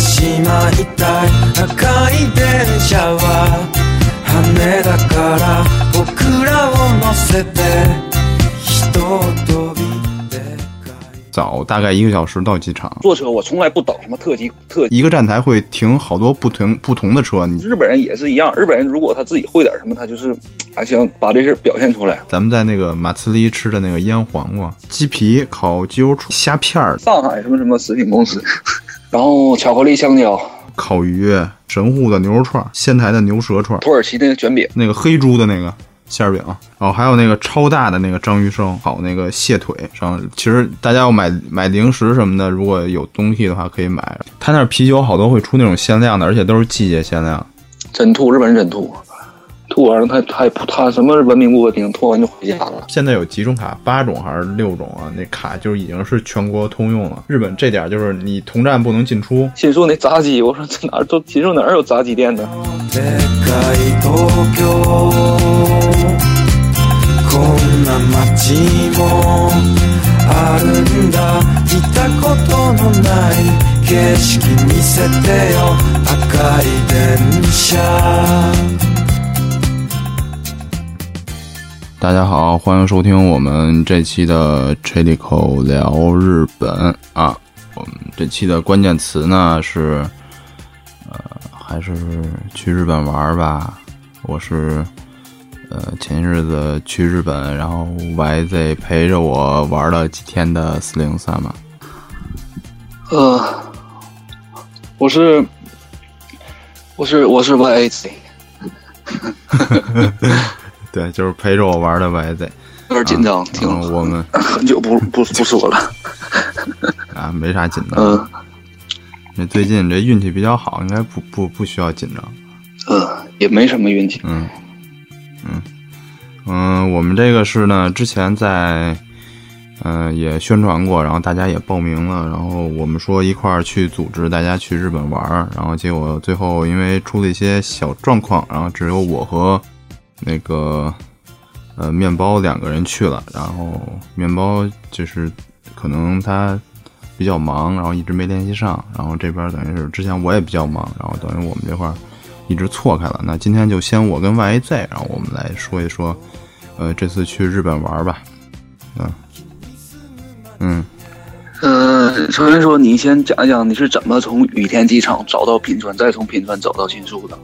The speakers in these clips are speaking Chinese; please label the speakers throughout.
Speaker 1: 会いたい赤い電車は羽だから僕らを乗せて人飛びでかい
Speaker 2: 早大概一个小时到机场，
Speaker 3: 坐车我从来不等什么特急特急。
Speaker 2: 一个站台会停好多不同不同的车。你
Speaker 3: 日本人也是一样，日本人如果他自己会点什么，他就是还想把这事儿表现出来。
Speaker 2: 咱们在那个马茨里吃的那个腌黄瓜、鸡皮、烤鸡油串、虾片儿、
Speaker 3: 上海什么什么食品公司， 然后巧克力香蕉，
Speaker 2: 烤鱼、神户的牛肉串、仙台的牛舌串、
Speaker 3: 土耳其那个卷饼，
Speaker 2: 那个黑猪的那个馅儿饼，哦，还有那个超大的那个章鱼烧，烤那个蟹腿。然后其实大家要买买零食什么的，如果有东西的话可以买。他那儿啤酒好多会出那种限量的，而且都是季节限量。
Speaker 3: 真吐，日本人真吐，吐完了他他他他什么文明不文明，吐完就回家了。
Speaker 2: 现在有几种卡，八种还是六种啊？那卡就是已经是全国通用了。日本这点就是你同站不能进出，
Speaker 3: 新宿那炸鸡，我说这哪儿都新宿哪儿有炸鸡店呢？
Speaker 1: でかい東京こんな街もあるんだ見たことのない景色見せてよ赤い電車
Speaker 2: 大家好，欢迎收听我们这期的 c h i l i c o 聊日本啊。我们这期的关键词呢是，呃，还是去日本玩儿吧。我是，呃，前些日子去日本，然后 YZ 陪着我玩了几天的四零三嘛。
Speaker 3: 呃，我是我是我是 YAC，
Speaker 2: 对，就是陪着我玩的 YZ。
Speaker 3: 有点紧张，挺、
Speaker 2: 嗯，我们
Speaker 3: 很久不不不说了。
Speaker 2: 啊没啥紧张。
Speaker 3: 嗯
Speaker 2: 那最近这运气比较好，应该不不不需要紧张。
Speaker 3: 嗯，也没什么运气。
Speaker 2: 嗯，嗯，嗯，我们这个是呢，之前在，嗯、也宣传过，然后大家也报名了，然后我们说一块儿去组织大家去日本玩儿，然后结果最后因为出了一些小状况，然后只有我和那个呃面包两个人去了，然后呃面包就是可能他。比较忙，然后一直没联系上，然后这边等于是之前我也比较忙，然后等于我们这块儿一直错开了。那今天就先我跟 YZ，然后我们来说一说，呃，这次去日本玩吧。嗯，嗯，
Speaker 3: 呃，首先说，你先讲一讲你是怎么从羽田机场找到品川，再从品川找到新宿的？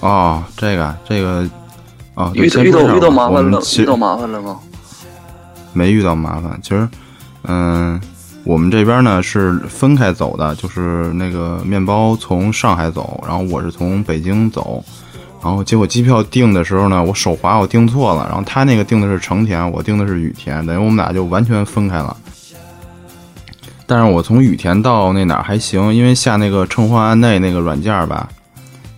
Speaker 2: 哦，这个，这个，哦，
Speaker 3: 遇
Speaker 2: 先
Speaker 3: 遇
Speaker 2: 说
Speaker 3: 到
Speaker 2: 一下吧
Speaker 3: 遇到麻
Speaker 2: 我
Speaker 3: 烦
Speaker 2: 们
Speaker 3: 了，
Speaker 2: 其
Speaker 3: 遇
Speaker 2: 实
Speaker 3: 到麻烦了吗？
Speaker 2: 没遇到麻烦。其实，嗯、我们这边呢是分开走的，就是那个面包从上海走，然后我是从北京走。然后结果机票订的时候呢，我手滑我订错了，然后他那个订的是成田，我订的是羽田，等于我们俩就完全分开了。但是我从羽田到那哪儿还行，因为下那个乘换案内那个软件儿吧，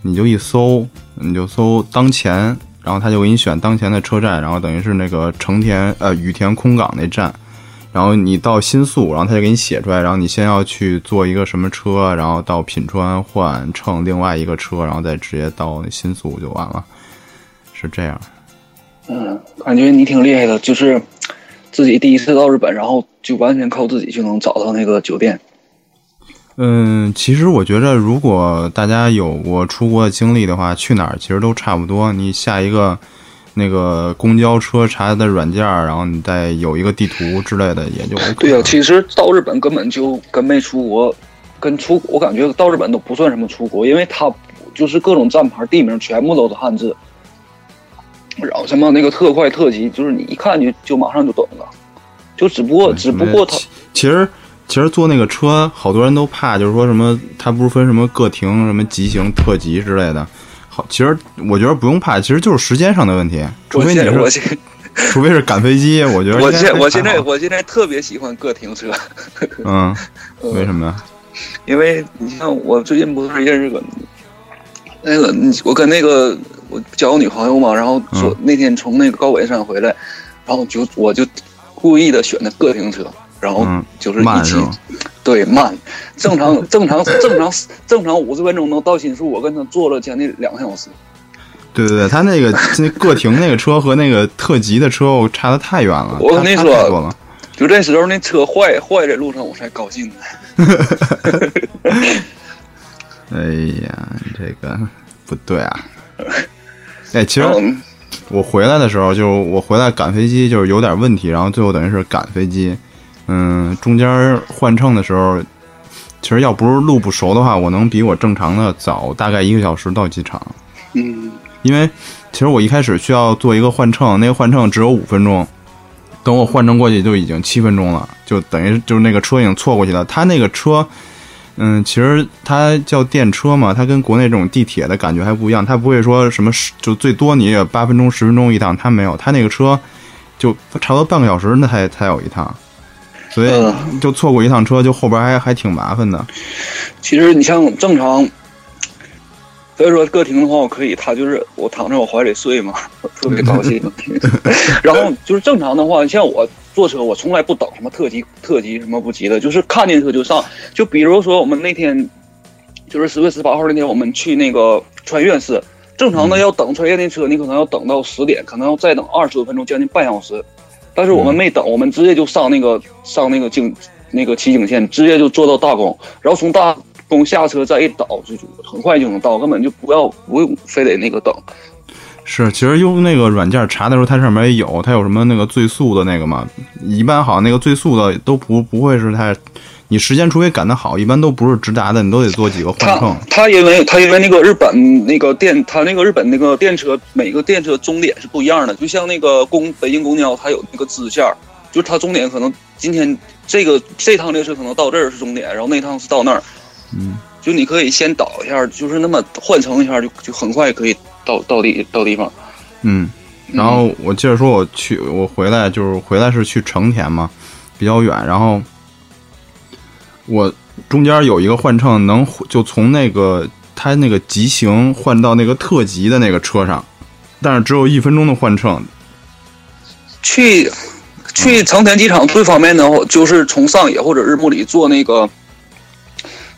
Speaker 2: 你就一搜，你就搜当前，然后他就给你选当前的车站，然后等于是那个成田呃羽田空港那站，然后你到新宿，然后他就给你写出来，然后你先要去坐一个什么车，然后到品川换乘另外一个车，然后再直接到那新宿就完了，是这样。
Speaker 3: 嗯，感觉你挺厉害的，就是自己第一次到日本，然后就完全靠自己就能找到那个酒店。
Speaker 2: 嗯，其实我觉着，如果大家有过出国的经历的话，去哪儿其实都差不多。你下一个那个公交车查它的软件儿，然后你再有一个地图之类的，也就 OK 了。
Speaker 3: 对呀、啊其实到日本根本就跟没出国，跟出我感觉到日本都不算什么出国，因为它就是各种站牌地名全部都是汉字，然后什么那个特快特急，就是你一看就就马上就懂了，就只不过只不过它
Speaker 2: 其其实其实坐那个车，好多人都怕，就是说什么它不是分什么个停、什么急行、特急之类的。好，其实我觉得不用怕，其实就是时间上的问题，除
Speaker 3: 我
Speaker 2: 非你
Speaker 3: 现我
Speaker 2: 是
Speaker 3: 现
Speaker 2: 除非是赶飞机，我觉得
Speaker 3: 我
Speaker 2: 应该
Speaker 3: 现
Speaker 2: 还
Speaker 3: 我现
Speaker 2: 还
Speaker 3: 在
Speaker 2: 好
Speaker 3: 我现在特别喜欢各停车，
Speaker 2: 嗯，
Speaker 3: 呃
Speaker 2: 为什么呀？
Speaker 3: 因为你像我最近不是认识个那个，你我跟那个我交个女朋友嘛，然后说、
Speaker 2: 嗯
Speaker 3: 那天从那个高尾山回来，然后就我就故意的选的个停车，然后
Speaker 2: 嗯
Speaker 3: 就是一
Speaker 2: 慢
Speaker 3: 起、
Speaker 2: 是吗？
Speaker 3: 对慢，正常正常正常正常五十分钟能到新宿，我跟他坐了将近两个小时。
Speaker 2: 对对对，他那个那个停那个车和那个特急的车，我差的太远了，
Speaker 3: 我
Speaker 2: 差
Speaker 3: 跟你
Speaker 2: 差
Speaker 3: 说
Speaker 2: 太多了。
Speaker 3: 就这时候那车坏坏的路上我才高兴呢。
Speaker 2: 哎呀，这个不对 啊！哎，其实
Speaker 3: 然后嗯
Speaker 2: 我回来的时候，就是我回来赶飞机，就是有点问题，然后最后等于是赶飞机。嗯，中间换乘的时候，其实要不是路不熟的话，我能比我正常的早大概一个小时到机场。
Speaker 3: 嗯
Speaker 2: 因为其实我一开始需要做一个换乘，那个换乘只有五分钟，等我换乘过去就已经七分钟了，就等于就是那个车已经错过去了。它那个车，嗯，其实它叫电车嘛，它跟国内这种地铁的感觉还不一样，它不会说什么十就最多你也八分钟十分钟一趟，它没有，它那个车就差不多半个小时那才才有一趟。所以
Speaker 3: 嗯
Speaker 2: 就错过一趟车，就后边还还挺麻烦的。
Speaker 3: 其实你像正常，所以说各停的话，我可以，他就是我躺在我怀里睡嘛， 我特别高兴。然后就是正常的话，像我坐车，我从来不等什么特急、特急什么不急的，就是看见车就上。就比如说我们那天，就是十月十八号那天，我们去那个穿越市，正常的要等穿越那车，你可能要等到十点，可能要再等二十多分钟，将近半小时。但是我们没等，我们直接就上那个上那个景那个骑景线，直接就坐到大宫，然后从大宫下车再一倒，就就很快就能到，根本就不要不用非得那个等。
Speaker 2: 是，其实用那个软件查的时候，它上面也有，它有什么那个最速的那个嘛？一般好像那个最速的都不不会是它，你时间除非赶得好，一般都不是直达的，你都得做几个换
Speaker 3: 他
Speaker 2: 乘。
Speaker 3: 他因为他因为那个日本那个电，他那个日本那个电车每个电车终点是不一样的，就像那个公北京公交，它有那个支线儿，就是它终点可能今天这个这趟列车可能到这儿是终点，然后那趟是到那儿，
Speaker 2: 嗯，
Speaker 3: 就你可以先倒一下，就是那么换乘一下，就就很快可以到到地到地方。
Speaker 2: 嗯，然后我接着说，我去我回来就是回来是去成田嘛，比较远，然后我中间有一个换乘，能就从那个它那个急行换到那个特急的那个车上，但是只有一分钟的换乘，
Speaker 3: 去去成田机场最方便的话，就是从上野或者日暮里坐那个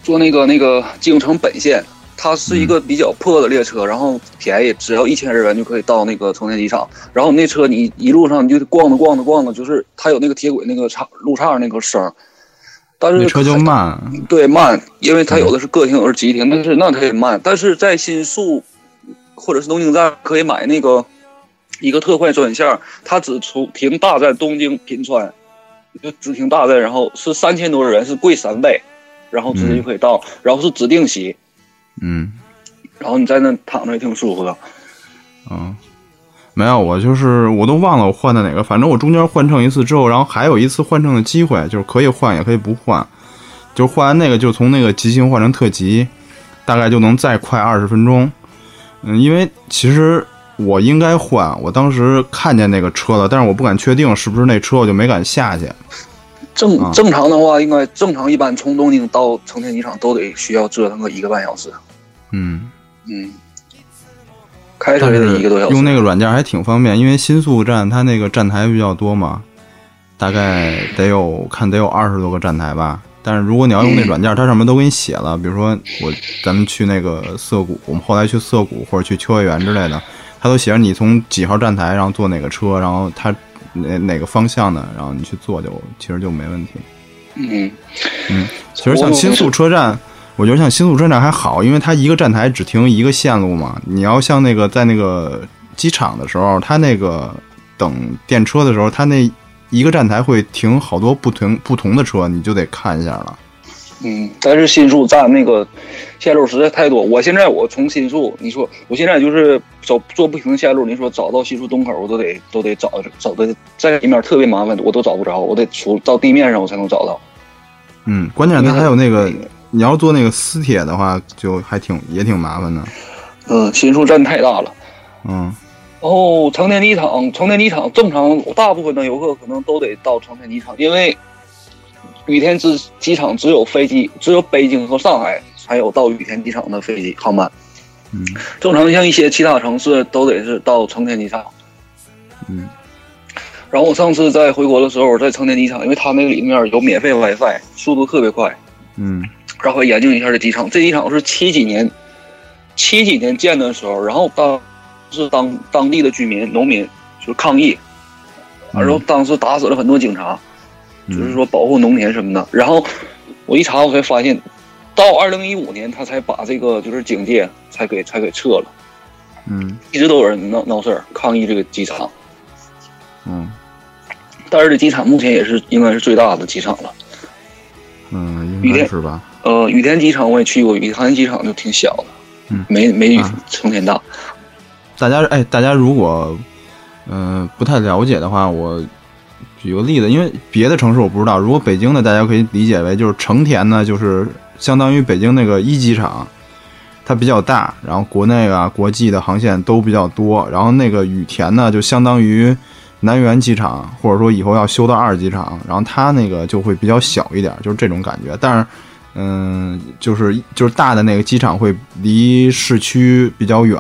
Speaker 3: 坐那个那个京城本线，它是一个比较破的列车，然后便宜，只要一千日元就可以到那个成田机场。然后那车你一路上你就逛着逛着逛着，就是它有那个铁轨那个岔路岔那个声儿，但是
Speaker 2: 那车就慢。
Speaker 3: 对慢，因为
Speaker 2: 嗯
Speaker 3: 它有的是个停，有的是急停，但是那它也慢。但是在新宿或者是东京站可以买那个一个特快专线儿，它只出停大站东京品川，就只停大站，然后是三千多人，是贵三倍，然后直接就可以到，然后是指定席，
Speaker 2: 嗯。
Speaker 3: 然后你在那躺着也挺舒服的。
Speaker 2: 嗯，没有，我就是我都忘了我换的哪个，反正我中间换乘一次之后，然后还有一次换乘的机会，就是可以换也可以不换，就是换完那个就从那个急行换成特急，大概就能再快二十分钟。嗯，因为其实我应该换，我当时看见那个车了，但是我不敢确定是不是那车，我就没敢下去。啊
Speaker 3: 正正常的话，应该正常一般从东京到成田机场都得需要折腾个一个半小时，
Speaker 2: 嗯，
Speaker 3: 嗯，开车
Speaker 2: 但
Speaker 3: 也
Speaker 2: 是
Speaker 3: 得一个多小时。
Speaker 2: 用那个软件还挺方便，因为新宿站它那个站台比较多嘛，大概得有我看得有二十多个站台吧。但是如果你要用那
Speaker 3: 嗯
Speaker 2: 软件，它上面都给你写了，比如说我咱们去那个涩谷，我们后来去涩谷或者去秋叶原之类的，它都写着你从几号站台，然后坐哪个车，然后它哪哪个方向的，然后你去坐就其实就没问题。
Speaker 3: 嗯，
Speaker 2: 其实像新宿车站，我觉得像新宿车站还好，因为它一个站台只停一个线路嘛。你要像那个在那个机场的时候，它那个等电车的时候，它那一个站台会停好多不同不同的车，你就得看一下了。
Speaker 3: 嗯，但是新宿站那个线路实在太多。我现在我从新宿，你说我现在就是走坐不停的线路，你说找到新宿东口，我都得都得找找的在里面特别麻烦，我都找不着，我得出到地面上我才能找到。
Speaker 2: 嗯，关键它还有那个
Speaker 3: 因为它，
Speaker 2: 你要坐那个私铁的话，就还挺也挺麻烦的。
Speaker 3: 嗯，新宿站太大了。
Speaker 2: 嗯，
Speaker 3: 然后成田机场，成田机场正常，大部分的游客可能都得到成田机场，因为羽田之机场只有飞机，只有北京和上海才有到羽田机场的飞机航班。
Speaker 2: 嗯，
Speaker 3: 正常像一些其他城市都得是到成田机场。
Speaker 2: 嗯，
Speaker 3: 然后我上次在回国的时候，我在成田机场，因为它那个里面有免费 WiFi，速度特别快。
Speaker 2: 嗯
Speaker 3: 然后研究一下这机场。这机场是七几年，七几年建的时候，然后当是当当地的居民、农民就是抗议，
Speaker 2: 嗯
Speaker 3: 然后当时打死了很多警察，
Speaker 2: 嗯
Speaker 3: 就是说保护农民什么的。然后我一查，我才发现到二零一五年，他才把这个就是警戒才给才给撤了。
Speaker 2: 嗯
Speaker 3: 一直都有人闹闹事儿，抗议这个机场。
Speaker 2: 嗯
Speaker 3: 但是这机场目前也是应该是最大的机场了。
Speaker 2: 嗯，应该是吧？
Speaker 3: 呃，羽田机场我也去过，羽田机场就挺小的，
Speaker 2: 嗯
Speaker 3: 没没
Speaker 2: 啊
Speaker 3: 成天大。
Speaker 2: 大家哎，大家如果嗯、呃不太了解的话，我举个例子，因为别的城市我不知道。如果北京的，大家可以理解为就是成田呢，就是相当于北京那个一机场，它比较大，然后国内啊、国际的航线都比较多。然后那个羽田呢，就相当于南园机场，或者说以后要修到二机场，然后它那个就会比较小一点，就是这种感觉。但是嗯，就是就是大的那个机场会离市区比较远，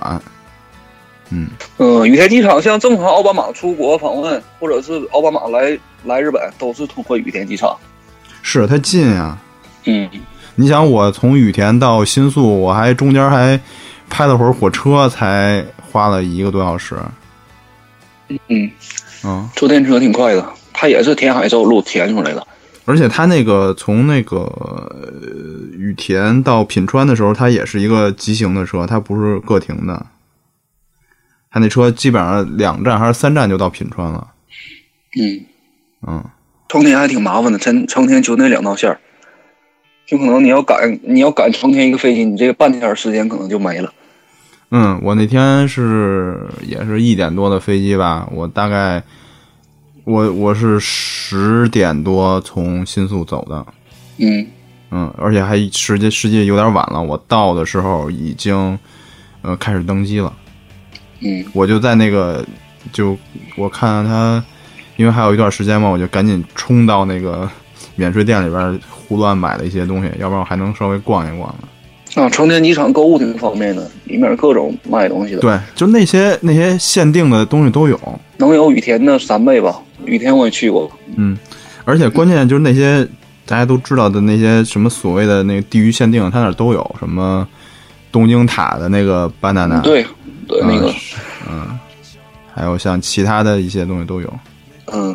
Speaker 2: 嗯，
Speaker 3: 嗯、羽田机场像正常奥巴马出国访问，或者是奥巴马来来日本，都是通过羽田机场。
Speaker 2: 是它近呀。
Speaker 3: 嗯，
Speaker 2: 你想，我从羽田到新宿，我还中间还拍了会儿火车，才花了一个多小时。
Speaker 3: 嗯，
Speaker 2: 嗯，
Speaker 3: 坐电车挺快的，它也是填海造路填出来的。
Speaker 2: 而且它那个从那个呃羽田到品川的时候，它也是一个急行的车，它不是个停的。它那车基本上两站还是三站就到品川了。
Speaker 3: 嗯，
Speaker 2: 嗯，
Speaker 3: 成天还挺麻烦的，成成天就那两道线儿，就可能你要赶你要赶成天一个飞机，你这个半天儿时间可能就没了。
Speaker 2: 嗯，我那天是也是一点多的飞机吧，我大概我我是十点多从新宿走的，
Speaker 3: 嗯，
Speaker 2: 嗯，而且还时间实际有点晚了，我到的时候已经呃开始登机了，
Speaker 3: 嗯，
Speaker 2: 我就在那个就我看他，因为还有一段时间嘛，我就赶紧冲到那个免税店里边胡乱买了一些东西，要不然我还能稍微逛一逛了。
Speaker 3: 啊，成田机场购物挺方便的，里面各种卖东西的，
Speaker 2: 对，就那些那些限定的东西都有，
Speaker 3: 能有羽田的三倍吧？羽田我也去过，
Speaker 2: 而且关键就是那些大家都知道的那些什么所谓的那个地域限定，它那儿都有什么东京塔的那个 banana，，
Speaker 3: 对，对，
Speaker 2: 嗯
Speaker 3: 那个，
Speaker 2: 是嗯，还有像其他的一些东西都有。
Speaker 3: 嗯，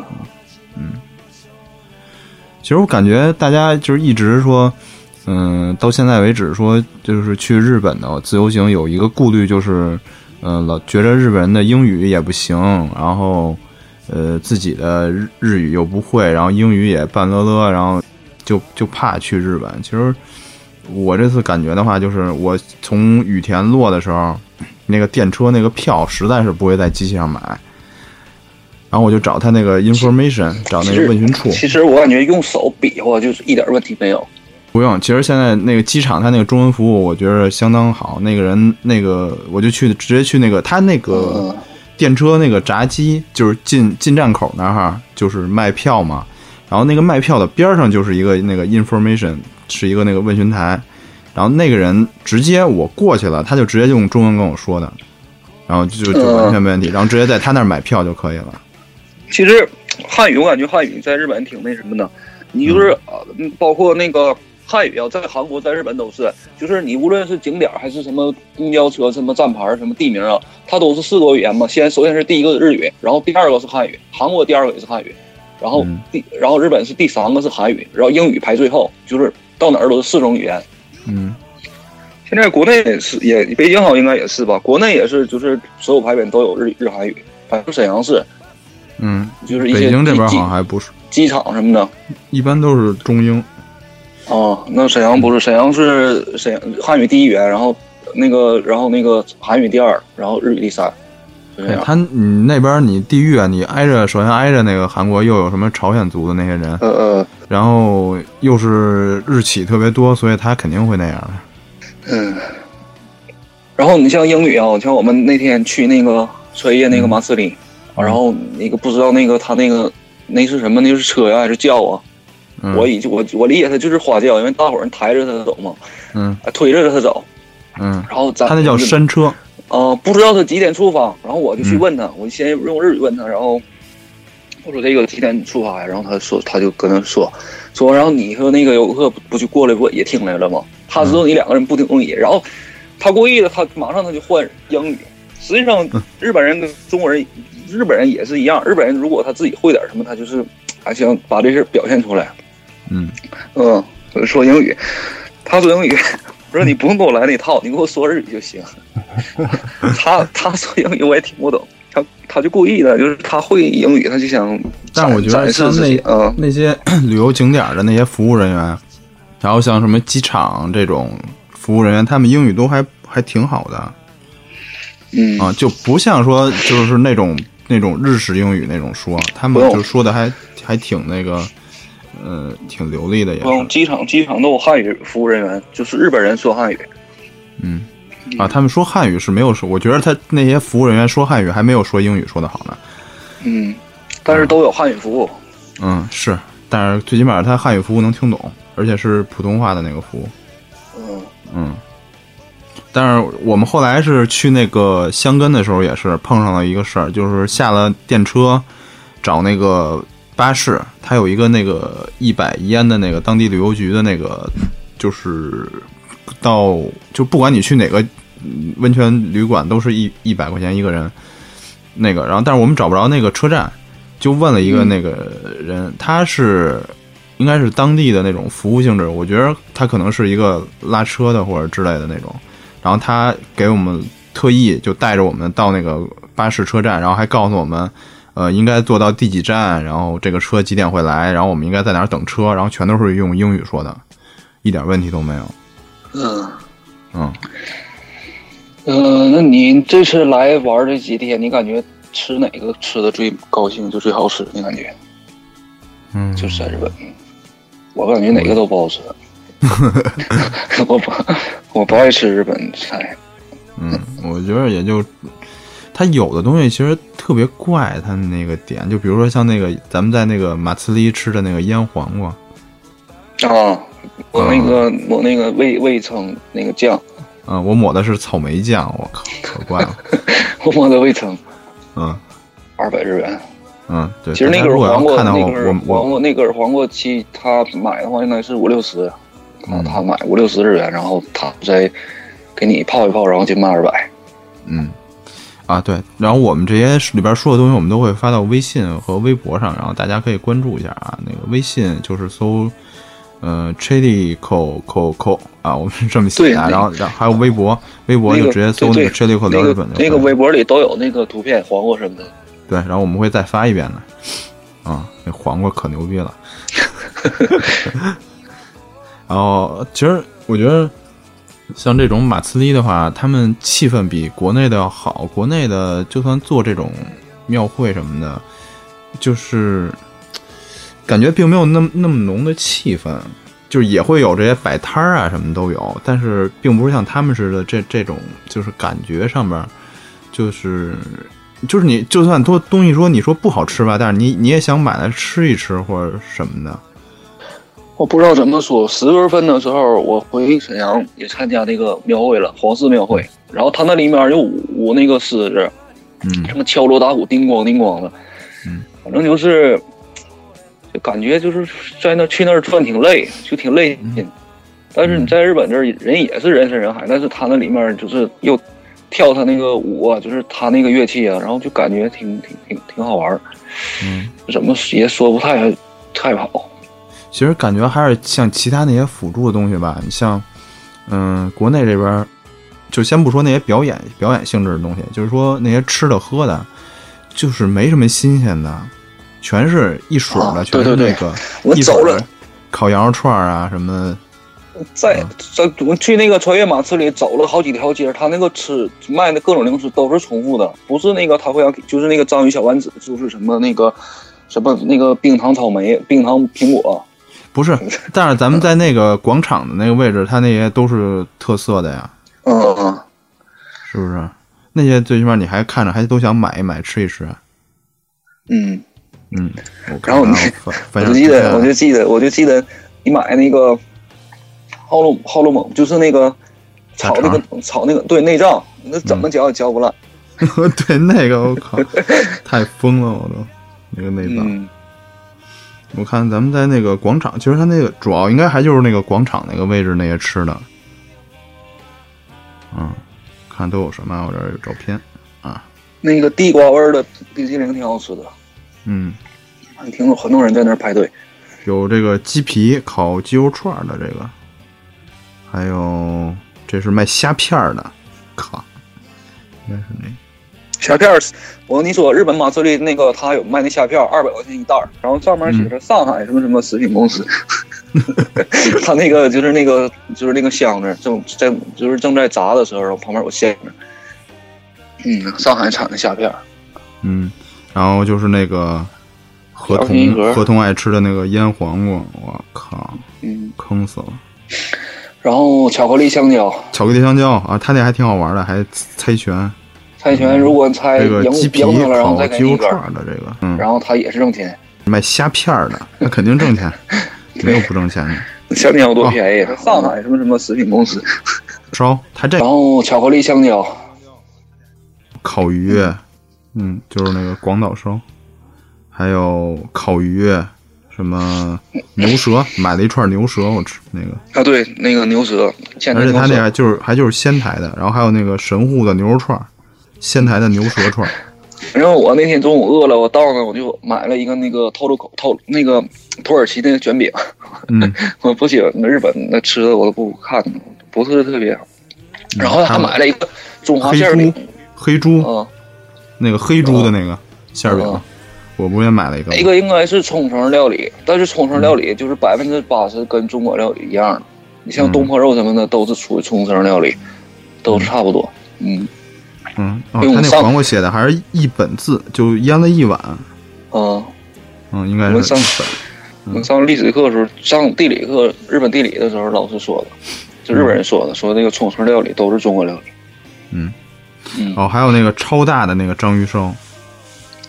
Speaker 2: 其实我感觉大家就是一直说，嗯，到现在为止说就是去日本的自由行有一个顾虑就是，嗯，老觉着日本人的英语也不行，然后呃自己的日日语又不会，然后英语也半勒勒，然后就就怕去日本。其实我这次感觉的话，就是我从羽田落的时候，那个电车那个票实在是不会在机器上买。然后我就找他那个 information，找啊那
Speaker 3: 其
Speaker 2: 个
Speaker 3: 实
Speaker 2: 问询处。
Speaker 3: 其实我感觉用手比划就是一点问题没有，
Speaker 2: 不用，其实现在那个机场它那个中文服务，我觉得相当好。那个人，那个我就去直接去那个他那个
Speaker 3: 嗯
Speaker 2: 电车那个闸机，就是进进站口那儿哈，就是卖票嘛。然后那个卖票的边儿上就是一个那个 information，是一个那个问询台。然后那个人直接我过去了，他就直接用中文跟我说的，然后就就完全没问
Speaker 3: 嗯
Speaker 2: 题，然后直接在他那儿买票就可以了。
Speaker 3: 其实汉语我感觉汉语在日本挺那什么的，你就是呃嗯包括那个汉语啊，在韩国、在日本都是，就是你无论是景点儿还是什么公交车、什么站牌儿、什么地名啊，它都是四国语言嘛。先首先是第一个日语，然后第二个是汉语，韩国第二个也是汉语，然后
Speaker 2: 嗯
Speaker 3: 第、然后日本是第三个是韩语，然后英语排最后，就是到哪儿都是四种语言。
Speaker 2: 嗯
Speaker 3: 现在国内也是，也北京好像应该也是吧，国内也是，就是所有牌匾都有日日韩语，反正沈阳市
Speaker 2: 嗯，
Speaker 3: 就是一些
Speaker 2: 北京这边好
Speaker 3: 机
Speaker 2: 像还不是，
Speaker 3: 机场什么的。
Speaker 2: 一般都是中英。
Speaker 3: 哦，那沈阳不是，沈阳是沈阳汉语第一语言，然后那个，然后那个韩语第二，然后日语第三，就这
Speaker 2: 对
Speaker 3: 样。
Speaker 2: 他，你那边你地域啊，你挨着，首先挨着那个韩国，又有什么朝鲜族的那些人，
Speaker 3: 呃呃
Speaker 2: 然后又是日企特别多，所以他肯定会那样的。
Speaker 3: 嗯，然后你像英语啊，像我们那天去那个穿越那个马斯里，
Speaker 2: 嗯
Speaker 3: 然后那个不知道那个他那个那是什么？那是车呀、还是轿啊？
Speaker 2: 嗯，
Speaker 3: 我已经我我理解他就是花轿，因为大伙儿人抬着他走嘛，
Speaker 2: 嗯
Speaker 3: 呃推着他走，
Speaker 2: 嗯，
Speaker 3: 然后咱
Speaker 2: 他那叫
Speaker 3: 山。
Speaker 2: 山车，
Speaker 3: 呃，不知道他几点出发，然后我就去
Speaker 2: 嗯
Speaker 3: 问他，我先用日语问他，然后我说这个几点出发呀？然后他说他就跟他说说，然后你和那个游客不不就过来不也听来了吗？他知道你两个人不听英语，然后他故意的，他马上他就换英语。实际上，日本人跟中国人，日本人也是一样。日本人如果他自己会点什么，他哎就是还想把这事儿表现出来。
Speaker 2: 嗯
Speaker 3: 嗯，说英语，他说英语， 我说你不用跟我来那套，你给我说日语就行。 他他说英语我也听不懂，他他就故意的，就是他会英语，他就想
Speaker 2: 但
Speaker 3: 展
Speaker 2: 我觉得
Speaker 3: 展示
Speaker 2: 像
Speaker 3: 自
Speaker 2: 那
Speaker 3: 己嗯，
Speaker 2: 那些 旅游景点的那些服务人员，然后像什么机场这种服务人员，他们英语都还还挺好的
Speaker 3: 嗯
Speaker 2: 啊，就不像说就是那种那种日式英语那种说，他们
Speaker 3: 不用
Speaker 2: 就说的还还挺那个，呃，挺流利的也
Speaker 3: 嗯，
Speaker 2: 是
Speaker 3: 机场机场都有汉语服务人员，就是日本人说汉语。
Speaker 2: 啊。他们说汉语是没有说，我觉得他那些服务人员说汉语还没有说英语说的好呢。
Speaker 3: 嗯，但是都有汉语服务。
Speaker 2: 嗯，是，但是最起码他汉语服务能听懂，而且是普通话的那个服务。
Speaker 3: 嗯
Speaker 2: 嗯，但是我们后来是去那个箱根的时候，也是碰上了一个事儿，就是下了电车找那个巴士，它有一个那个一百一烟的那个当地旅游局的那个，就是到就不管你去哪个嗯温泉旅馆，都是一一百块钱一个人。那个，然后但是我们找不着那个车站，就问了一个那个人，他是应该是当地的那种服务性质，我觉得他可能是一个拉车的或者之类的那种。然后他给我们特意就带着我们到那个巴士车站，然后还告诉我们，呃，应该坐到第几站，然后这个车几点会来，然后我们应该在哪儿等车，然后全都是用英语说的，一点问题都没有。
Speaker 3: 嗯
Speaker 2: 嗯，
Speaker 3: 呃，那你这次来玩这几天，你感觉吃哪个吃的最高兴，就最好吃？你感觉
Speaker 2: 嗯
Speaker 3: 就是在日本，我感觉哪个都不好 吃。我不，我不爱吃日本菜。
Speaker 2: 嗯，我觉得也就，它有的东西其实特别怪，它那个点，就比如说像那个咱们在那个马茨里吃的那个腌黄瓜，
Speaker 3: 啊，我那个、
Speaker 2: 啊
Speaker 3: 我那个味味噌那个酱，
Speaker 2: 嗯、我抹的是草莓酱，我靠，可怪了，
Speaker 3: 我抹的味噌
Speaker 2: 嗯
Speaker 3: 二百日元。
Speaker 2: 嗯，对。
Speaker 3: 其实那
Speaker 2: 大家
Speaker 3: 根
Speaker 2: 如果要
Speaker 3: 黄瓜，
Speaker 2: 看
Speaker 3: 那
Speaker 2: 的话，我
Speaker 3: 根黄
Speaker 2: 我
Speaker 3: 瓜，那根黄瓜期他买的话应该是五六十，啊
Speaker 2: 嗯，
Speaker 3: 他买五六十日元，然后他再给你泡一泡，然后就卖二百。
Speaker 2: 嗯啊对，然后我们这些里边说的东西，我们都会发到微信和微博上，然后大家可以关注一下啊。那个微信就是搜。呃 c h i l i Co Co Co 啊，我们是这么写
Speaker 3: 对
Speaker 2: 的啊。
Speaker 3: 那
Speaker 2: 然后，然后还有微博，微博
Speaker 3: 那
Speaker 2: 就
Speaker 3: 个
Speaker 2: 直接搜那
Speaker 3: 对
Speaker 2: 个 c h i l i Co 聊
Speaker 3: 那
Speaker 2: 日本就
Speaker 3: 个
Speaker 2: 可以了。
Speaker 3: 那个微博里都有那个图片，黄瓜什么的。
Speaker 2: 对，然后我们会再发一遍的。啊，那黄瓜可牛逼了。然后，其实我觉得像这种马自立的话，他们气氛比国内的要好。国内的就算做这种庙会什么的，就是感觉并没有那么那么浓的气氛，就是也会有这些摆摊儿啊什么都有，但是并不是像他们似的这这种就是感觉上面就是就是你就算多东西说你说不好吃吧，但是你你也想买来吃一吃或者什么的。
Speaker 3: 我不知道怎么说，十月份的时候我回沈阳也参加那个庙会了，皇室庙会。然后他那里面有舞那个狮子，
Speaker 2: 嗯
Speaker 3: 什么敲锣打鼓、叮咣叮咣的，
Speaker 2: 嗯，
Speaker 3: 反正就是，就感觉就是在那去那儿转挺累，就挺累心。
Speaker 2: 嗯
Speaker 3: 但是你在日本这儿人也是人山人海，但是他那里面就是又跳他那个舞啊，就是他那个乐器啊，然后就感觉挺挺挺挺好玩儿，
Speaker 2: 嗯，
Speaker 3: 怎么也说不太太好。
Speaker 2: 其实感觉还是像其他那些辅助的东西吧，你像嗯、国内这边儿就先不说那些表演表演性质的东西，就是说那些吃的喝的，就是没什么新鲜的，全是一水儿的，
Speaker 3: 啊
Speaker 2: 全
Speaker 3: 对
Speaker 2: 是
Speaker 3: 对
Speaker 2: 那
Speaker 3: 对
Speaker 2: 个
Speaker 3: 我
Speaker 2: 一水
Speaker 3: 走
Speaker 2: 儿
Speaker 3: 了
Speaker 2: 的烤羊肉串儿啊什么。
Speaker 3: 在在我去那个穿越马刺里走了好几条街，他那个吃卖的各种零食都是重复的，不是那个他会让就是那个章鱼小丸子，就是什么那个什么那个冰糖草莓、冰糖苹果，
Speaker 2: 不是，但是咱们在那个广场的那个位置，它那些都是特色的呀。
Speaker 3: 嗯嗯嗯，
Speaker 2: 是不是？那些最起码你还看着，还都想买一买，吃一吃。
Speaker 3: 嗯，
Speaker 2: 嗯，我
Speaker 3: 然后
Speaker 2: 看
Speaker 3: 你
Speaker 2: 看 啊
Speaker 3: 我
Speaker 2: 反
Speaker 3: 就
Speaker 2: 正
Speaker 3: 记得，我就记得，我就记得你买那个奥洛奥洛蒙，就是那个
Speaker 2: 大
Speaker 3: 炒那个炒那个对内脏，那怎么嚼也嚼不烂，
Speaker 2: 我 对那个，我靠，太疯了，我都那个内脏。
Speaker 3: 嗯
Speaker 2: 我看咱们在那个广场，其实它那个主要应该还就是那个广场那个位置那些吃的。嗯，看都有什么啊？我这儿有照片。
Speaker 3: 那个地瓜味儿的冰淇淋挺好吃的，
Speaker 2: 嗯，
Speaker 3: 挺有很多人在那儿排队。
Speaker 2: 有这个鸡皮烤鸡肉串儿的这个，还有这是卖虾片儿的，靠，应该是那个
Speaker 3: 虾片儿，我跟你说，日本马自立那个他有卖那虾片儿，二百块钱一袋儿，然后上面写着
Speaker 2: 嗯
Speaker 3: 上海什么什么食品公司， 他那个就是那个就是那个箱子正正就是正在炸的时候，然后旁边有线子，嗯，上海产的虾片儿，
Speaker 2: 嗯，然后就是那个合
Speaker 3: 小金
Speaker 2: 同
Speaker 3: 盒
Speaker 2: 合同爱吃的那个腌黄瓜，我靠，
Speaker 3: 嗯，
Speaker 2: 坑死了！
Speaker 3: 然后巧克力香蕉，
Speaker 2: 巧克力香蕉啊，他那还挺好玩的，还猜拳，
Speaker 3: 猜拳如果猜
Speaker 2: 嗯这
Speaker 3: 哎赢
Speaker 2: 个鸡皮
Speaker 3: 赢他了，然后
Speaker 2: 烤
Speaker 3: 再给
Speaker 2: 鸡
Speaker 3: 你
Speaker 2: 肉
Speaker 3: 一根儿，
Speaker 2: 串的这个，嗯，
Speaker 3: 然后他也是挣钱，
Speaker 2: 卖虾片儿的，那肯定挣 钱，没有不挣钱的。
Speaker 3: 香蕉
Speaker 2: 哦
Speaker 3: 多便宜，啊上海什么什么食品公司，
Speaker 2: 烧，他这
Speaker 3: 然后巧克力香蕉，
Speaker 2: 烤鱼，嗯，就是那个广岛烧，还有烤鱼，什么牛舌，买了一串牛舌，我吃那个，
Speaker 3: 啊对，那个牛舌，现在
Speaker 2: 而且
Speaker 3: 牛
Speaker 2: 他那
Speaker 3: 舌
Speaker 2: 还就是还就是仙台的，然后还有那个神户的牛肉串儿，仙台的牛舌串儿，
Speaker 3: 然后我那天中午饿了，我到那我就买了一个那个透露口透那个土耳其那个卷饼，
Speaker 2: 嗯，
Speaker 3: 我不喜欢日本那吃的，我都不看，不是特别好。然后还买了一个中
Speaker 2: 嗯
Speaker 3: 华
Speaker 2: 黑
Speaker 3: 啊馅儿饼哦
Speaker 2: 猪，黑猪
Speaker 3: 啊，
Speaker 2: 那个黑猪的那个馅儿饼
Speaker 3: 嗯，
Speaker 2: 我不是也买了一个吗
Speaker 3: 那，哎个应该是冲绳料理，但是冲绳料理就是百分之八十跟中国料理一样的，
Speaker 2: 嗯
Speaker 3: 你像东坡肉什么的都是属于冲绳料理，都差不多。嗯
Speaker 2: 嗯，哦，
Speaker 3: 因为
Speaker 2: 他
Speaker 3: 我
Speaker 2: 那
Speaker 3: 上
Speaker 2: 黄瓜写的还是一本字，就腌了一碗，
Speaker 3: 啊，
Speaker 2: 嗯，应该
Speaker 3: 我
Speaker 2: 是
Speaker 3: 上
Speaker 2: 一本，嗯
Speaker 3: 我上历史课的时候，上地理课日本地理的时候，老师说的，就日本人说的，说那个冲绳料理都是中国料理。
Speaker 2: 嗯，
Speaker 3: 嗯
Speaker 2: 哦，还有那个超大的那个章鱼烧，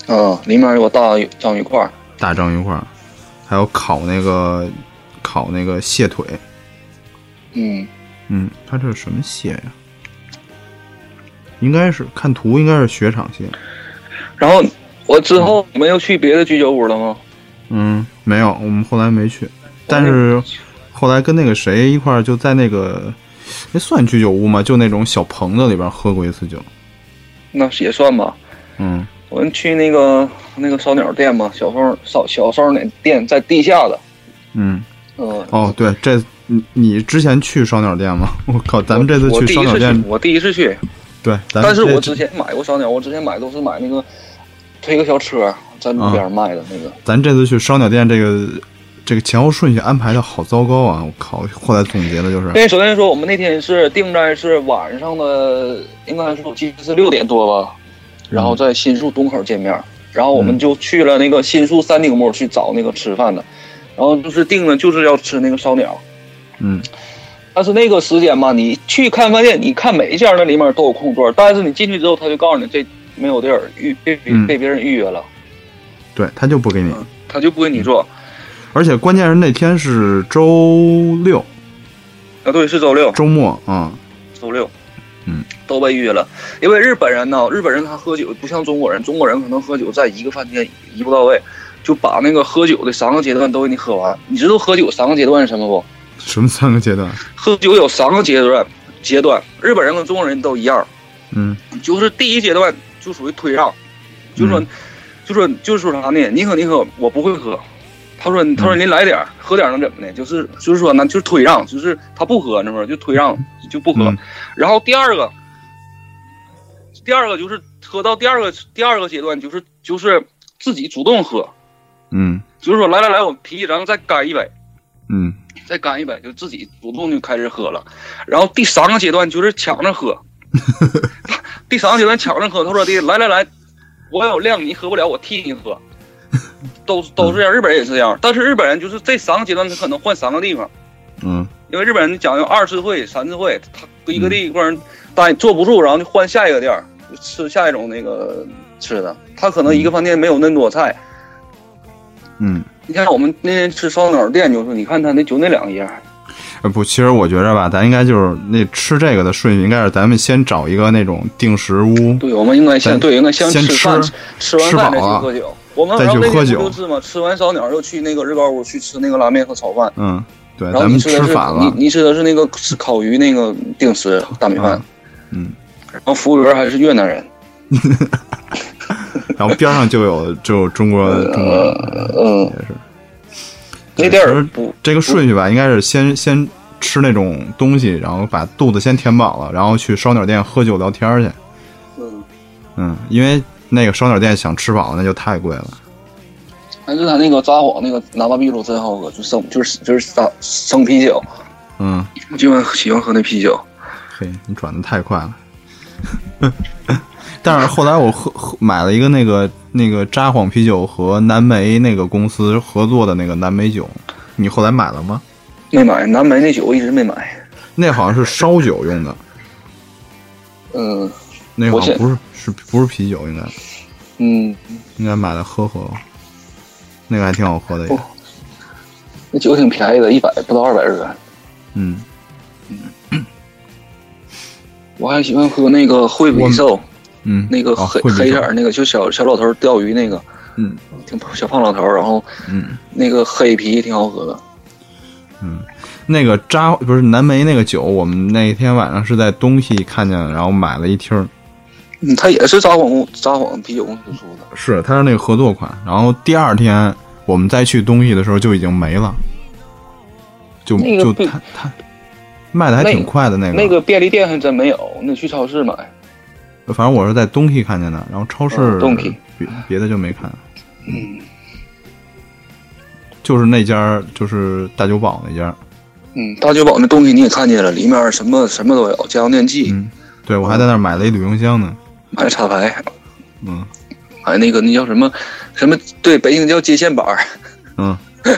Speaker 3: 啊，里面有大章鱼块儿，
Speaker 2: 大章鱼块儿，还有烤那个烤那个蟹腿，
Speaker 3: 嗯，
Speaker 2: 嗯，它这是什么蟹呀？应该是看图，应该是雪场蟹。
Speaker 3: 然后我之后你们又去别的居酒屋了吗？
Speaker 2: 嗯，没有，我们后来没去，但是后来跟那个谁一块儿就在那个，那算居酒屋吗？就那种小棚子里边喝过一次酒。
Speaker 3: 那也算吧。
Speaker 2: 嗯，
Speaker 3: 我们去那个那个烧鸟店嘛，小凤烧小烧鸟店在地下的，
Speaker 2: 嗯，
Speaker 3: 嗯，
Speaker 2: 哦，对，这你你之前去烧鸟 店吗？我靠，咱们这次
Speaker 3: 我
Speaker 2: 去
Speaker 3: 第
Speaker 2: 烧
Speaker 3: 一
Speaker 2: 鸟
Speaker 3: 次
Speaker 2: 店
Speaker 3: 去，，我第一次去，
Speaker 2: 对，咱们
Speaker 3: 但是
Speaker 2: 这
Speaker 3: 我之前买过烧鸟，我之前买都是买那个推个小车在
Speaker 2: 啊
Speaker 3: 路边卖的那个，
Speaker 2: 咱这次去烧鸟店这个这个前后顺序安排的好糟糕啊！我靠，后来总结的就是
Speaker 3: 因，为首先说，我们那天是定在是晚上的，应该是我记得是六点多吧，然
Speaker 2: 嗯
Speaker 3: 后在新宿东口见面，然后我们就去了那个新宿三丁目去找那个吃饭的，然后就是定了就是要吃那个烧鸟，
Speaker 2: 嗯
Speaker 3: 但是那个时间吧，你去看饭店，你看每一家那里面都有空座，但是你进去之后，他就告诉你这没有地儿预被
Speaker 2: 嗯
Speaker 3: 被别人预约了，
Speaker 2: 对他就不给你，
Speaker 3: 他就不给你坐。
Speaker 2: 而且关键是那天是周六
Speaker 3: 啊，对，是周六，
Speaker 2: 周末啊、
Speaker 3: 周六，
Speaker 2: 嗯，
Speaker 3: 都被预约了。因为日本人呢，日本人他喝酒不像中国人，中国人可能喝酒在一个饭店一步到位，就把那个喝酒的三个阶段都给你喝完。你知道喝酒三个阶段是什么不？
Speaker 2: 什么三个阶段？
Speaker 3: 喝酒有三个阶段，阶段日本人跟中国人都一样，
Speaker 2: 嗯
Speaker 3: 就是第一阶段就属于推让，就说、
Speaker 2: 嗯
Speaker 3: 就说就说啥呢？你喝你喝，我不会喝。他说他
Speaker 2: 嗯
Speaker 3: 说您来点儿，喝点儿能怎么的？就是就是说呢，就是推让，就是他不喝，那不是就推让就不喝。
Speaker 2: 嗯
Speaker 3: 然后第二个，第二个就是喝到第二个第二个阶段，就是就是自己主动喝，
Speaker 2: 嗯
Speaker 3: 就是说来来来，我啤一，咱们再干一杯。
Speaker 2: 嗯
Speaker 3: 再干一杯，就自己主动就开始喝了。然后第三个阶段就是抢着喝，第三个阶段抢着喝，他说的来来来，我有量你喝不了，我替你喝，都都是这样，日本人也是这样。但是日本人就是这三个阶段，他可能换三个地方，
Speaker 2: 嗯
Speaker 3: 因为日本人讲究二次会、三次会，他一个地方待坐不住，然后就换下一个店儿吃下一种那个吃的。他可能一个饭店没有那么多菜，
Speaker 2: 嗯，
Speaker 3: 你像我们那天吃烧鸟店，就是你看他那就那两样，
Speaker 2: 呃不，其实我觉着吧，咱应该就是那吃这个的顺序，应该是咱们先找一个那种定时屋，
Speaker 3: 对，我们应该
Speaker 2: 咱
Speaker 3: 先对，应该先
Speaker 2: 先
Speaker 3: 吃饭，
Speaker 2: 吃
Speaker 3: 吃吃完饭再
Speaker 2: 吃
Speaker 3: 去
Speaker 2: 饱了啊
Speaker 3: 喝酒。我们
Speaker 2: 再
Speaker 3: 然后
Speaker 2: 去
Speaker 3: 那
Speaker 2: 喝
Speaker 3: 天
Speaker 2: 酒
Speaker 3: 不就是嘛，吃完烧鸟又去那个日高屋去吃那个拉面和炒饭，
Speaker 2: 嗯，对，
Speaker 3: 然后
Speaker 2: 咱
Speaker 3: 你
Speaker 2: 们
Speaker 3: 吃
Speaker 2: 吃
Speaker 3: 的是
Speaker 2: 反了
Speaker 3: 你，你吃的是那个吃烤鱼那个定时大米饭
Speaker 2: 啊，嗯，
Speaker 3: 然后服务员还是越南人，
Speaker 2: 然后边上就有就有中国中国人
Speaker 3: 呃嗯，
Speaker 2: 也是。
Speaker 3: 那地
Speaker 2: 其实
Speaker 3: 儿不
Speaker 2: 这个顺序吧，应该是先先吃那种东西，然后把肚子先填饱了，然后去烧鸟店喝酒聊天去。
Speaker 3: 嗯，
Speaker 2: 嗯，因为那个烧鸟店想吃饱，那就太贵了。
Speaker 3: 但是他那个札幌那个南巴秘鲁真好喝，就生就是就是生生啤酒，
Speaker 2: 嗯，
Speaker 3: 我就喜欢喝那啤酒。
Speaker 2: 嘿，你转的太快了。 但是后来我喝喝买了一个那个那个札幌啤酒和南梅那个公司合作的那个南梅酒，你后来买了吗？
Speaker 3: 没买南梅那酒，我一直没买。
Speaker 2: 那好像是烧酒用的，
Speaker 3: 嗯
Speaker 2: 那个好像
Speaker 3: 我现
Speaker 2: 不是是不是啤酒，应该
Speaker 3: 嗯，
Speaker 2: 应该买来喝喝，那个还挺好喝的也
Speaker 3: 哦，那酒挺便宜的，一百不到二百日元。
Speaker 2: 嗯。
Speaker 3: 我还喜欢喝那个惠比寿，
Speaker 2: 嗯，
Speaker 3: 那个
Speaker 2: 哦
Speaker 3: 黑、
Speaker 2: 会比
Speaker 3: 黑
Speaker 2: 较
Speaker 3: 色儿那个，就小小老头儿钓鱼那个，
Speaker 2: 嗯
Speaker 3: 挺小胖老头儿，然后
Speaker 2: 嗯，
Speaker 3: 那个黑啤挺好喝的。
Speaker 2: 那个扎不是南梅那个酒，我们那天晚上是在东西看见，然后买了一听儿，
Speaker 3: 嗯，他也是札幌公札幌啤酒公司出的。
Speaker 2: 是它是那个合作款，然后第二天我们再去东西的时候就已经没了，就
Speaker 3: 那个
Speaker 2: 就
Speaker 3: 不
Speaker 2: 它它卖的还挺快的那个，
Speaker 3: 那个便利店还真没有，那去超市买。
Speaker 2: 反正我是在东西看见的，然后超市
Speaker 3: 哦东西
Speaker 2: 别别的就没看，嗯，就是那家儿就是大酒保那家儿，
Speaker 3: 嗯，大酒保那东西你也看见了，里面什么什么都有，家用电器，
Speaker 2: 嗯，对我还在那儿买了一旅行箱呢，
Speaker 3: 买插排，
Speaker 2: 嗯
Speaker 3: 买那个那叫什么什么？对，北京叫接线板儿，
Speaker 2: 嗯，对，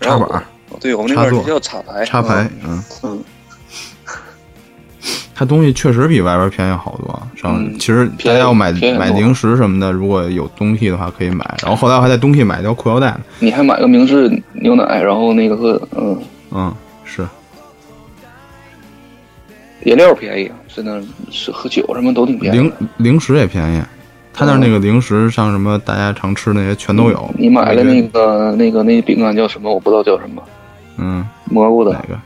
Speaker 3: 然
Speaker 2: 插
Speaker 3: 后
Speaker 2: 板儿。
Speaker 3: 对我们那
Speaker 2: 插
Speaker 3: 边
Speaker 2: 座
Speaker 3: 儿叫插排。
Speaker 2: 插排，嗯
Speaker 3: 嗯，
Speaker 2: 它东西确实比外边便宜好多啊。上、
Speaker 3: 嗯
Speaker 2: 其实大
Speaker 3: 便宜
Speaker 2: 家要买
Speaker 3: 便宜很
Speaker 2: 买
Speaker 3: 多
Speaker 2: 零食什么的，如果有东西的话可以买。然后后来我还在东西买条裤腰带呢，
Speaker 3: 你还买个明治牛奶，然后那个喝，嗯，
Speaker 2: 嗯，是，
Speaker 3: 饮料便宜，真的是喝酒什么都挺便宜
Speaker 2: 零
Speaker 3: 的。
Speaker 2: 零食也便宜。他那儿那个零食，像什么大家常吃那些全都有。
Speaker 3: 嗯你买了
Speaker 2: 我觉得
Speaker 3: 那个那个那饼干叫什么？我不知道叫什么，
Speaker 2: 嗯
Speaker 3: 蘑菇
Speaker 2: 哪
Speaker 3: 的
Speaker 2: 个？